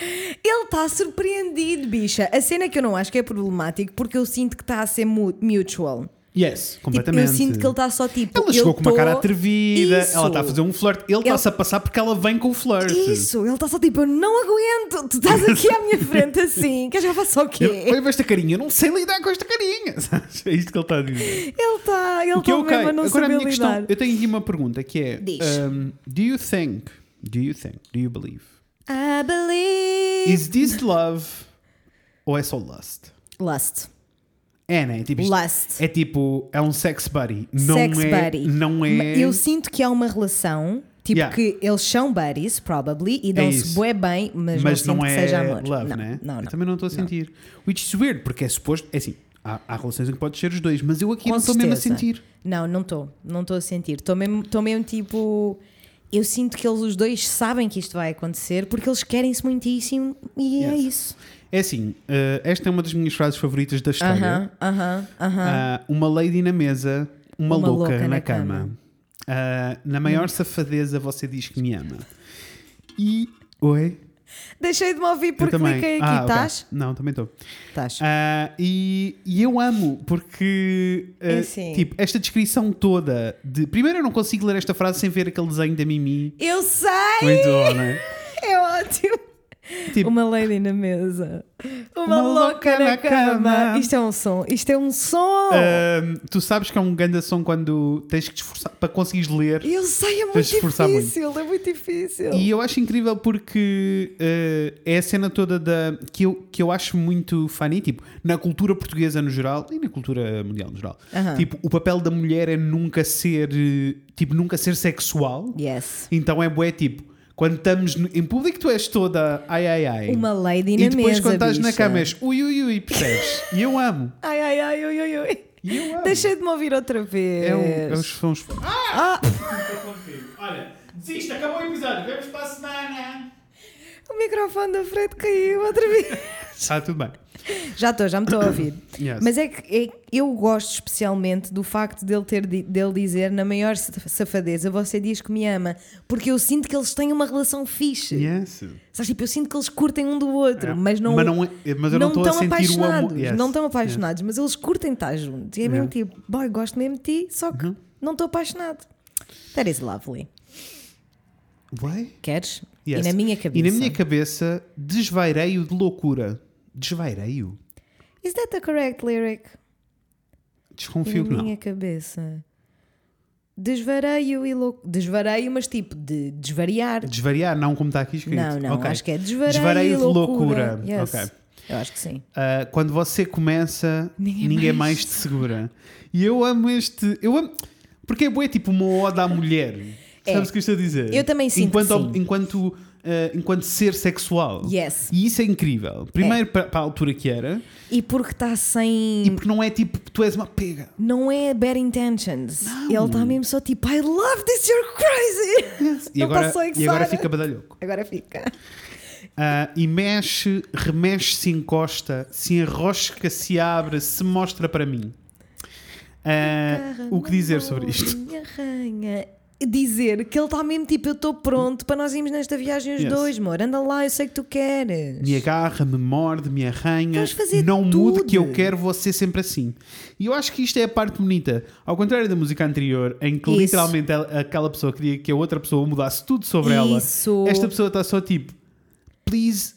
S2: Ele está surpreendido, bicha. A cena que eu não acho que é problemático, porque eu sinto que está a ser mu- mutual.
S1: yes,
S2: Tipo,
S1: completamente.
S2: eu sinto que ele está só tipo.
S1: Ela
S2: eu
S1: chegou com uma
S2: tô-
S1: cara atrevida,
S2: Isso.
S1: ela está a fazer um flirt, ele está-se a passar porque ela vem com o flirt.
S2: Isso, ele está só tipo, eu não aguento, tu estás aqui à minha frente assim, queres que eu faça o
S1: Eu-
S2: quê?
S1: Olha esta carinha, eu não sei lidar com esta carinha. sabes? É isto que ele está a dizer.
S2: Ele está, ele
S1: O que é
S2: está
S1: ok.
S2: mesmo a não
S1: Agora a
S2: saber
S1: minha
S2: lidar.
S1: questão, eu tenho aqui uma pergunta que é:
S2: Diz.
S1: um, Do you think, do you think, do you believe? é-
S2: I believe.
S1: Is this love ou é só lust?
S2: Lust.
S1: É, né? É tipo, isto-
S2: Lust.
S1: É tipo, é um sex buddy. Não
S2: sex
S1: é,
S2: buddy.
S1: Não é.
S2: Eu sinto que há uma relação, tipo
S1: Yeah. É
S2: que eles são buddies, probably, e
S1: isso.
S2: dão-se bué bem, mas,
S1: mas
S2: não,
S1: não,
S2: sinto
S1: é
S2: que seja amor.
S1: love,
S2: não,
S1: né?
S2: não,
S1: Eu
S2: não.
S1: também não estou a sentir. Which is weird, porque é suposto. É assim, há, há relações em que pode ser os dois, mas eu aqui
S2: Com
S1: não estou mesmo a
S2: certeza.
S1: sentir.
S2: Não, não estou. Não estou a sentir. Estou mesmo, tô mesmo tipo. Eu sinto que eles os dois sabem que isto vai acontecer porque eles querem-se muitíssimo e é
S1: Yes.
S2: isso.
S1: É assim, eh, esta é uma das minhas frases favoritas da história.
S2: Aham, aham, aham.
S1: Tá Ah, uma lady na mesa, uma,
S2: Uma
S1: louca,
S2: louca
S1: na
S2: na
S1: cama.
S2: cama. Hum.
S1: Ah, na maior safadeza você diz que me ama. E. Oi?
S2: Deixei de me ouvir
S1: Eu
S2: porque
S1: também.
S2: cliquei
S1: Ah,
S2: aqui.
S1: ok.
S2: Estás?
S1: Não, também estou.
S2: Estás.
S1: Ah, e, e eu amo, porque ah,
S2: É assim.
S1: tipo, esta descrição toda de. Primeiro eu não consigo ler esta frase sem ver aquele desenho da Mimi.
S2: Eu sei!
S1: Muito bom, não é?
S2: É ótimo!
S1: Tipo-
S2: uma lady na mesa, uma,
S1: Uma louca
S2: louca, na,
S1: na
S2: cama.
S1: cama.
S2: Isto é um som, isto é um som!
S1: Ahm, tu sabes que é um grande som quando tens que te esforçar para conseguires ler.
S2: eu sei, é muito
S1: tens de esforçar muito.
S2: difícil, é muito difícil.
S1: E eu acho incrível porque eh, é a cena toda da, que, eu, que eu acho muito funny, tipo, na cultura portuguesa no geral e na cultura mundial no geral.
S2: Aham.
S1: Tipo, o papel da mulher é nunca ser, eh, tipo, nunca ser sexual.
S2: Yes.
S1: Então é bué, tipo, quando estamos no- em público tu és toda ai ai ai.
S2: Uma lady na
S1: e depois
S2: mesa.
S1: quando estás na
S2: bicha.
S1: cama és ui ui ui, percebes? e eu amo.
S2: Ai, ai, ai, ui, ui, ui.
S1: E eu amo.
S2: Deixei de me ouvir outra vez.
S1: É, um, é os sons.
S2: Ah,
S1: Olha, desista, acabou o episódio, vemos para a semana.
S2: o microfone da frente caiu outra vez.
S1: Ah, tudo bem.
S2: Já estou, já me estou a ouvir.
S1: Yes.
S2: Mas é que é que eu gosto especialmente do facto dele, ter, di- dele dizer na maior sa- safadeza você diz que me ama, porque eu sinto que eles têm uma relação fixe.
S1: Yes.
S2: Sabes, tipo, eu sinto que eles curtem um do outro,
S1: É.
S2: mas não,
S1: Mas não é- mas eu não estou a
S2: estão
S1: sentir o amor.
S2: apaixonados,
S1: Yes.
S2: Não estão apaixonados, mas eles curtem estar juntos. E é mesmo tipo, boy, gosto mesmo de ti, só que
S1: Uhum.
S2: não estou apaixonado. That is lovely.
S1: What?
S2: Queres?
S1: Yes.
S2: E na minha cabeça.
S1: E na minha cabeça, desvaireio de loucura. Desvaireio?
S2: Is that the correct lyric?
S1: Desconfio
S2: na
S1: que não.
S2: minha cabeça. Desvareio e louco. Desvareio, mas tipo de desvariar.
S1: Desvariar, não como está aqui escrito.
S2: Não, não,
S1: Ok.
S2: acho que é desvareio.
S1: Desvareio
S2: e
S1: de
S2: loucura.
S1: loucura.
S2: Yes.
S1: Ok.
S2: Eu acho que sim.
S1: Ah, quando você começa, ninguém, é
S2: Ninguém é
S1: mais.
S2: mais.
S1: te segura. E eu amo este. Eu amo. Porque é bué, tipo uma ode à mulher.
S2: É.
S1: Sabes o que eu estou a dizer?
S2: Eu também sinto que
S1: Enquanto,
S2: sim.
S1: enquanto, ah, enquanto ser sexual.
S2: Yes.
S1: E isso é incrível. Primeiro para, para a altura que era.
S2: E porque está
S1: E
S2: sem.
S1: porque não é tipo, tu és uma pega.
S2: Não é bad intentions. Ele está mesmo só tipo, I love this, you're crazy.
S1: E
S2: Ele
S1: agora,
S2: tá só
S1: e agora
S2: excited.
S1: fica badalhoco.
S2: Agora fica.
S1: Ah, e mexe, remexe, se encosta, se enrosca, se abre, se mostra para mim. Ah,
S2: Agarra
S1: o que
S2: na
S1: dizer
S2: mão,
S1: sobre isto?
S2: Minha rainha. dizer que ele está mesmo tipo, eu estou pronto para nós irmos nesta viagem os
S1: Yes.
S2: dois, amor. Anda lá, eu sei que tu queres.
S1: Me agarra, me morde, me arranha.
S2: Vamos fazer
S1: não mude
S2: tudo.
S1: que eu quero você sempre assim. E eu acho que isto é a parte bonita. Ao contrário da música anterior, em que
S2: Isso.
S1: literalmente ela- aquela pessoa queria que a outra pessoa mudasse tudo sobre
S2: Isso.
S1: ela, esta pessoa está só tipo: Please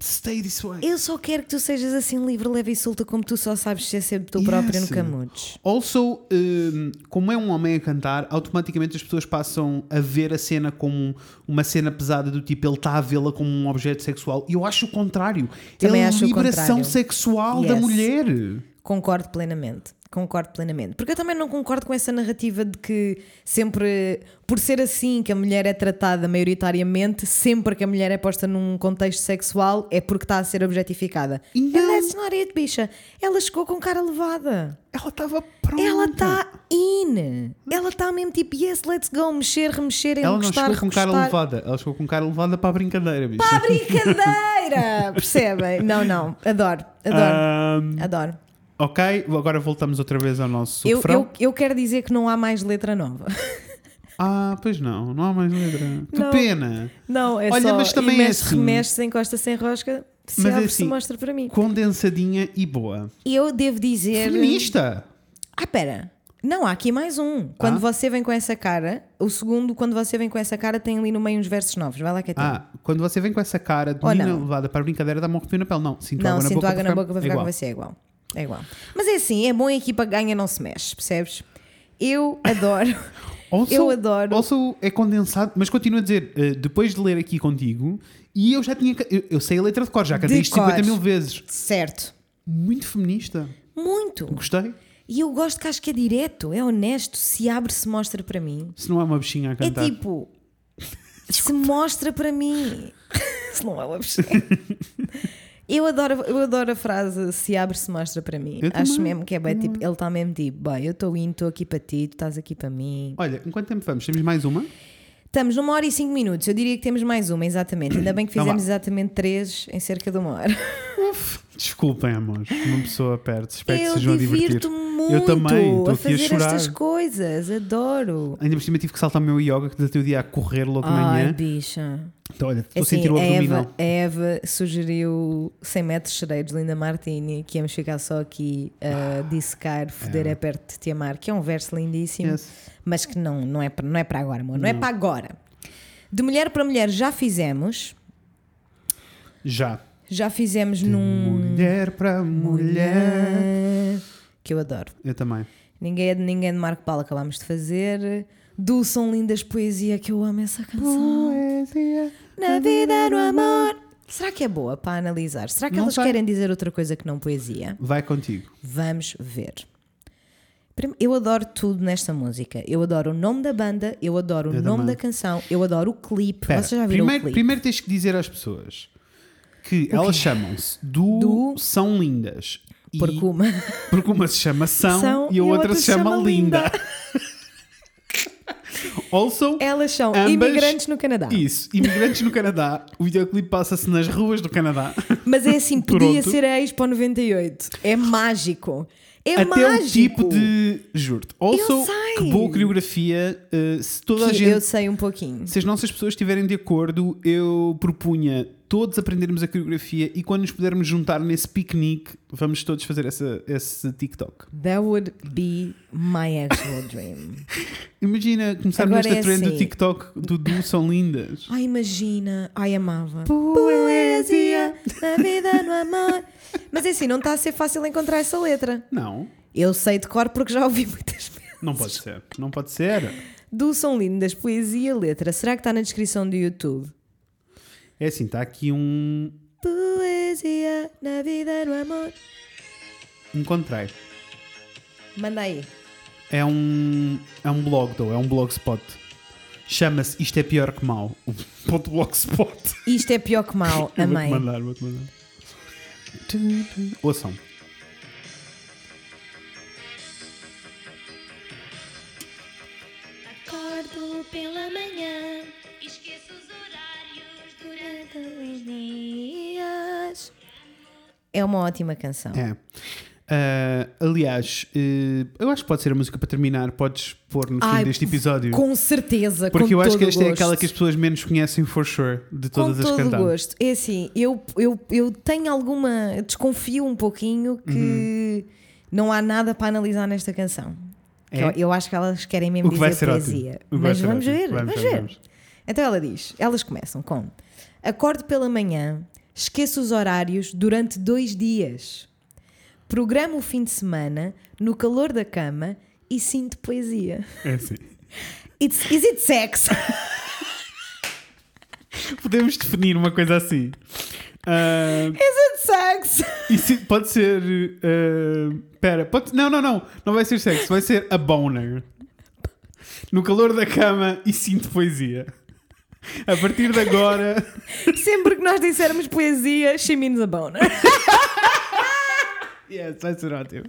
S1: stay this way.
S2: Eu só quero que tu sejas assim livre, leve e solta, como tu só sabes ser sempre tu própria
S1: Yes.
S2: no Camudos.
S1: Also, hum, como é um homem a cantar, automaticamente as pessoas passam a ver a cena como uma cena pesada do tipo ele está a vê-la como um objeto sexual. E eu acho o contrário.
S2: Também
S1: é a
S2: acho o
S1: liberação
S2: contrário.
S1: sexual da
S2: Yes.
S1: mulher.
S2: Concordo plenamente. Concordo plenamente. Porque eu também não concordo com essa narrativa de que sempre, por ser assim que a mulher é tratada maioritariamente, sempre que a mulher é posta num contexto sexual é porque está a ser objetificada.
S1: E
S2: And
S1: não.
S2: that's not it, bicha. Ela chegou com cara levada.
S1: Ela estava pronta.
S2: Ela tá está in. Ela está mesmo tipo, yes, let's go, mexer, remexer,
S1: Ela não
S2: encostar,
S1: chegou com cara
S2: recostar.
S1: levada. Ela chegou com cara levada para a brincadeira, bicho.
S2: Pá, brincadeira! Percebem? Não, não. Adoro, adoro,
S1: Hum,
S2: adoro.
S1: ok, agora voltamos outra vez ao nosso
S2: Eu,
S1: refrão.
S2: eu- eu quero dizer que não há mais letra nova.
S1: Ah, pois não, não há mais letra. Que
S2: Não.
S1: pena.
S2: Não, é
S1: Olha,
S2: só
S1: mas também é
S2: imenso
S1: assim.
S2: remexe, sem costa, sem rosca, se
S1: Mas é
S2: abre,
S1: assim.
S2: se mostra para mim.
S1: Condensadinha e boa.
S2: Eu devo dizer...
S1: Feminista.
S2: Ah, pera. Não, há aqui mais um. Quando
S1: Ah.
S2: você vem com essa cara, o segundo, quando você vem com essa cara, tem ali no meio uns versos novos. Vai lá que é teu.
S1: Ah, quando você vem com essa cara de
S2: Ou
S1: menina
S2: não?
S1: levada para a brincadeira, dá-me um arrepio na pele. Não, sinto
S2: não,
S1: água na
S2: sinto
S1: boca.
S2: água na boca para ficar
S1: igual.
S2: com você, é igual. É igual. Mas é assim, é bom a equipa ganha, não se mexe, percebes? Eu adoro.
S1: Also,
S2: Eu adoro.
S1: Also é condensado, mas continuo a dizer, eh, depois de ler aqui contigo, e eu já tinha. ca- Eu, eu sei a letra de cor, já cantei
S2: De
S1: isto 50
S2: cor.
S1: mil vezes.
S2: certo.
S1: Muito feminista.
S2: Muito.
S1: Gostei.
S2: E eu gosto que acho que é direto, é honesto, se abre, se mostra para mim.
S1: Se não é uma bichinha a
S2: É
S1: cantar.
S2: tipo, se mostra para mim. se não é uma pessoa. Eu adoro, eu adoro a frase se abre, se mostra para mim.
S1: Eu
S2: Acho
S1: também,
S2: mesmo que é bem, tipo, ele está mesmo tipo, bem, eu estou indo, estou aqui para ti, tu estás aqui para mim.
S1: Olha, em quanto tempo vamos? Temos mais uma?
S2: Estamos numa hora e cinco minutos, eu diria que temos mais uma, exatamente. Ainda bem que
S1: Então vá.
S2: fizemos exatamente três em cerca de uma hora.
S1: Uf, desculpem, amor. Uma pessoa perde. Espero que
S2: eu
S1: sejam a divertir.
S2: divirto-me muito
S1: Eu também, estou
S2: a
S1: aqui a
S2: fazer
S1: chorar.
S2: estas coisas, adoro.
S1: Ainda por cima tive que saltar o meu yoga, que desatei o dia a correr logo de
S2: Ai,
S1: manhã.
S2: bicha.
S1: Então, olha, estou
S2: Assim,
S1: a sentir o
S2: a,
S1: abdominal.
S2: Eva, a Eva sugeriu 100 metros cheireiros, Linda Martini, que íamos ficar só aqui a dissecar, foder é. perto de te amar, que é um verso lindíssimo,
S1: Yes.
S2: mas que não, não, é, para- não é para agora, amor, não, é para agora. De mulher para mulher já fizemos,
S1: Já.
S2: já fizemos num.
S1: Mulher para mulher.
S2: que eu adoro.
S1: Eu também.
S2: Ninguém é de ninguém de Marco Paulo, acabámos de fazer. Do São Lindas Poesia, que eu amo essa canção. Na vida, no amor. Será que é boa para analisar? Será que
S1: Não
S2: elas
S1: sei.
S2: querem dizer outra coisa que não poesia?
S1: Vai contigo.
S2: Vamos ver. Prim- Eu adoro tudo nesta música. Eu adoro o nome da banda, eu adoro o
S1: Eu
S2: nome
S1: também.
S2: da canção, eu adoro o clipe.
S1: Pera,
S2: Vocês já viram o
S1: primeiro,
S2: clipe?
S1: primeiro tens que dizer às pessoas que elas chamam-se do,
S2: Do-
S1: São Lindas. E-
S2: Porque uma
S1: porque uma se chama São, e a outra, se chama, Linda. Also,
S2: Elas são
S1: ambas-
S2: imigrantes no Canadá.
S1: Isso, imigrantes no Canadá. O videoclipe passa-se nas ruas do Canadá.
S2: Mas é assim, podia
S1: Pronto.
S2: ser a Expo 98. É mágico. É
S1: Até o
S2: mágico.
S1: tipo de. Juro-te. Also,
S2: sei.
S1: que boa coreografia. eh, se toda a
S2: Que
S1: gente
S2: Eu sei um pouquinho.
S1: Se as nossas pessoas estiverem de acordo, eu propunha todos aprendermos a coreografia e quando nos pudermos juntar nesse piquenique, vamos todos fazer essa, esse TikTok.
S2: That would be my actual dream.
S1: Imagina começarmos
S2: Agora
S1: nesta
S2: é
S1: trend do
S2: assim.
S1: TikTok do Du São Lindas.
S2: Ai, imagina. Ai, amava.
S1: Poesia.
S2: Na vida, no amor. Mas é assim, não está a ser fácil encontrar essa letra.
S1: Não,
S2: Eu sei de cor porque já ouvi muitas vezes.
S1: não pode ser. Não pode ser.
S2: Do São Lindas, poesia, letra. Será que está na descrição do YouTube?
S1: É assim, está aqui um.
S2: Poesia, na vida, no amor.
S1: um Encontrei.
S2: Manda aí.
S1: É um. É um blog, though, é um blogspot. Chama-se Isto é Pior que Mal. Ponto blogspot.
S2: Isto é pior que mal,
S1: Eu
S2: amém.
S1: Vou-te mandar, vou-te mandar. Tum, tum. Ouçam.
S3: Acordo pela manhã, esqueço os horários durante os dias.
S2: É uma ótima canção.
S1: É. Ah, aliás, eh, eu acho que pode ser a música para terminar, podes pôr no fim
S2: Ai,
S1: deste episódio.
S2: Com certeza,
S1: porque
S2: com
S1: eu acho
S2: todo
S1: que esta
S2: o
S1: é
S2: gosto.
S1: aquela que as pessoas menos conhecem, for sure, de todas
S2: com
S1: as
S2: todo o
S1: cantadas.
S2: gosto. É assim, eu, eu, eu tenho alguma. eu Desconfio um pouquinho que não há nada para analisar nesta canção.
S1: Uhum. É?
S2: Eu, eu acho que elas querem mesmo
S1: O que
S2: dizer
S1: vai ser
S2: é poesia.
S1: ótimo. O que vai
S2: Mas
S1: ser
S2: vamos
S1: ótimo.
S2: ver, vamos, ver. Então ela diz: elas começam com Acordo pela manhã, esqueço os horários durante dois dias, programo o fim de semana no calor da cama e sinto poesia.
S1: É assim.
S2: It's, is it sex?
S1: Podemos definir uma coisa assim. Ah,
S2: Is it sex?
S1: e se- pode ser. ah, Espera, pode- não, não, não. Não vai ser sexo, vai ser a boner. No calor da cama e sinto poesia. A partir de agora.
S2: Sempre que nós dissermos poesia, she means a boner.
S1: Yes, vai ser ótimo.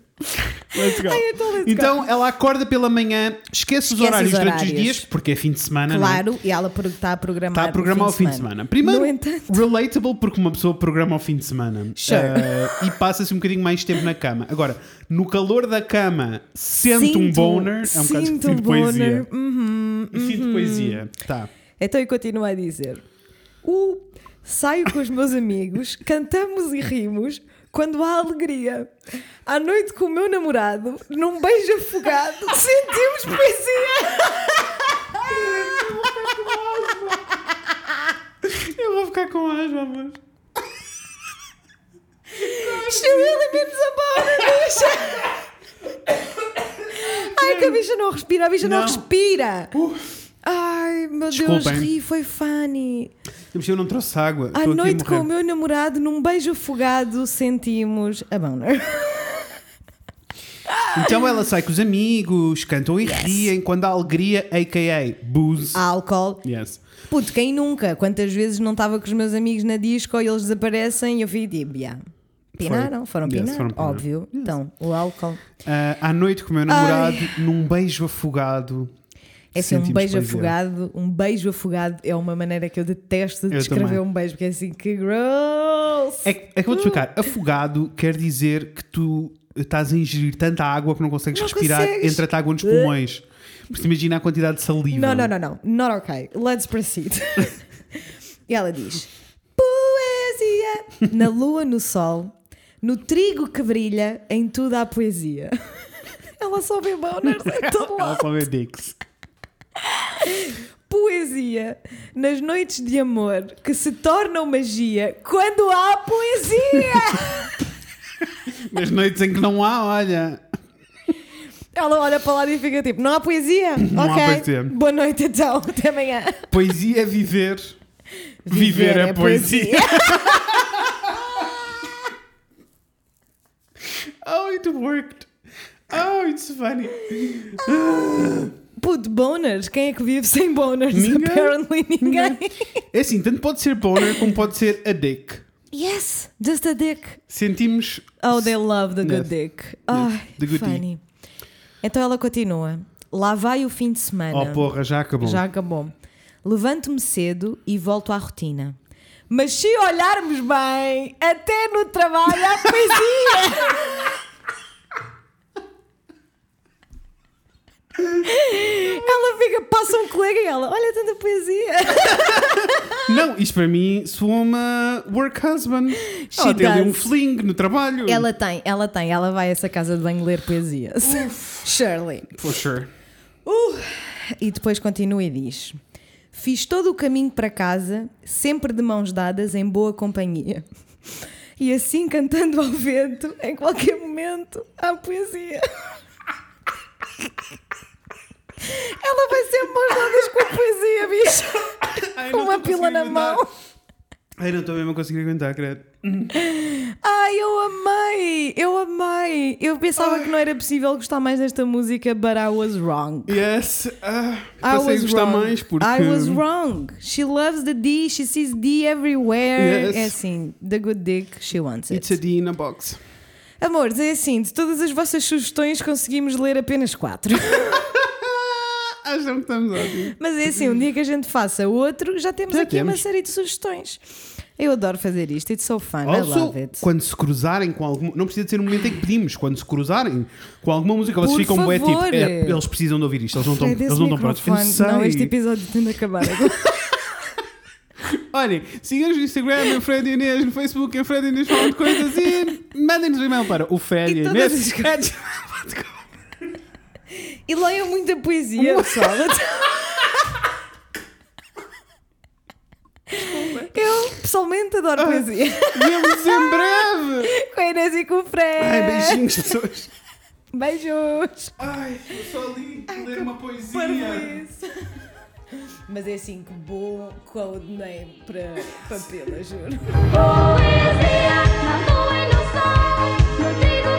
S1: Let's go.
S2: Ai, então let's go.
S1: então ela acorda pela manhã, esquece os
S2: Esquece os
S1: horários durante os
S2: horários.
S1: dias, porque é fim de semana, não é?
S2: Claro, e ela pro- está a programar.
S1: Está a programar
S2: o
S1: Tá ao fim de semana. Primeiro,
S2: No entanto,
S1: relatable, porque uma pessoa programa ao fim de semana.
S2: Sure.
S1: Eh, e passa-se um bocadinho mais tempo na cama. Agora, no calor da cama, sento, um boner. É um bocado
S2: sinto
S1: sinto
S2: um
S1: poesia.
S2: boner. Uhum,
S1: Sinto poesia. Tá.
S2: Então eu continuo a dizer: "Uh, saio com os meus amigos, cantamos e rimos quando há alegria. À noite com o meu namorado, num beijo afogado, sentimos poesia.
S1: Eu vou ficar com asma, mas.
S2: Chamei-lhe menos a bola, bicha. Ai, que a bicha não respira, a bicha não,
S1: Não.
S2: respira. Ai, meu
S1: Desculpem.
S2: Deus, ri, foi funny.
S1: Mas eu não trouxe água.
S2: À
S1: Estou aqui a
S2: noite com
S1: morrer.
S2: o meu namorado, num beijo afogado, sentimos a boner.
S1: Então ela sai com os amigos, cantam e riem quando há alegria, a.k.a. booze.
S2: Ah. Álcool.
S1: Yes.
S2: Puto, quem nunca? Quantas vezes não estava com os meus amigos na disco e eles desaparecem e eu fui tipo, yeah. Pinaram, foram
S1: Yes,
S2: pinar,
S1: foram pinar.
S2: óbvio. Então, o álcool.
S1: Ah, à noite com o meu namorado, num beijo afogado.
S2: É assim, um
S1: sentimos
S2: beijo
S1: poesia.
S2: afogado. Um beijo afogado é uma maneira que eu detesto de
S1: Eu
S2: descrever
S1: também.
S2: um beijo, porque é assim, que gross!
S1: É, que- é que vou-te explicar. Afogado quer dizer que tu estás a ingerir tanta água que não consegues
S2: Não
S1: respirar,
S2: consegues.
S1: entra-te água nos pulmões. Porque imagina a quantidade de saliva.
S2: Não, não, não, não. Not okay. Let's proceed. e ela diz: Poesia! Na lua, no sol, no trigo que brilha, em tudo há poesia. Ela só vê boners em todo
S1: Ela
S2: lado.
S1: só vê dicks.
S2: Poesia nas noites de amor que se tornam magia quando há poesia.
S1: Nas noites em que não há, olha.
S2: Ela olha para lá e fica tipo: Não há poesia?
S1: Não há
S2: ok.
S1: poesia.
S2: Boa noite então. Até amanhã.
S1: Poesia é viver. Viver, é, poesia. oh, it worked. Oh, it's funny.
S2: Puto, boners. Quem é que vive sem boners?
S1: Ninguém.
S2: Apparently ninguém.
S1: É assim, tanto pode ser boner como pode ser a dick.
S2: Yes, just a dick.
S1: Sentimos.
S2: Oh, they love the good
S1: Yes.
S2: dick. Ai,
S1: the good
S2: funny. Então ela continua. Lá vai o fim de semana.
S1: Oh, porra, já acabou.
S2: Ah, Já acabou. Levanto-me cedo e volto à rotina. Mas se olharmos bem, até no trabalho há poesia. ela fica, passa um colega e ela, olha tanta poesia.
S1: Não, isto para mim soa uma work husband. Ela
S2: She
S1: tem ali um
S2: does.
S1: fling no trabalho.
S2: Ela tem, ela tem, ela vai a essa casa de banho ler poesia. Shirley.
S1: For sure.
S2: Uh, E depois continua e diz: Fiz todo o caminho para casa, sempre de mãos dadas, em boa companhia. E assim cantando ao vento, em qualquer momento, há poesia. Ela vai sempre mãos dadas com a poesia, bicho.
S1: Ai,
S2: Com
S1: não
S2: uma
S1: estou a
S2: pila
S1: conseguir
S2: na
S1: aguentar.
S2: mão.
S1: Ai, não estou mesmo a conseguir aguentar, credo.
S2: Ai, eu amei! Eu amei! Eu pensava que não era possível gostar mais desta música, but I was wrong.
S1: Yes. Ah,
S2: I
S1: passei a
S2: was
S1: gostar
S2: wrong.
S1: mais porque.
S2: I was wrong. She loves the D, she sees D everywhere.
S1: Yes.
S2: É assim, the good dick, she wants
S1: It's
S2: it.
S1: a D in a box.
S2: Amores, é assim, de todas as vossas sugestões conseguimos ler apenas quatro.
S1: Acham que estamos ótimos.
S2: Mas é assim, um dia que a gente faça outro, já temos
S1: Já
S2: aqui uma
S1: temos.
S2: série de sugestões.
S4: Eu adoro fazer isto. It's so fun. I
S1: Also,
S4: love it.
S1: quando se cruzarem com alguma. Não precisa de ser um momento em que pedimos, quando se cruzarem com alguma música, vocês
S4: Por
S1: ficam bué tipo.
S4: favor.
S1: "É, eles precisam de ouvir isto, eles não estão,
S4: Fred, esse
S1: eles não estão prontos. Eu
S4: microfone-
S2: é
S4: Não, este
S1: sei.
S4: episódio tem de acabar agora.
S1: Olhem, sigam-nos no Instagram, em Fred e Inês, no Facebook, em Fred e Inês falam de coisas e mandem-nos um e-mail para o Fred e
S2: E
S1: Inês.
S2: todas as coisas. E leiam muita poesia, pessoal. Eu pessoalmente adoro poesia.
S1: Vemos em breve!
S2: Com a Inês e com o Fred.
S1: Ai, beijinhos, pessoas.
S2: Beijos.
S1: Ai, eu só li ler uma poesia.
S2: Parvoíce. Mas é assim, que bom codename é? para papel, juro.
S5: Poesia, na lua e no sol, no trigo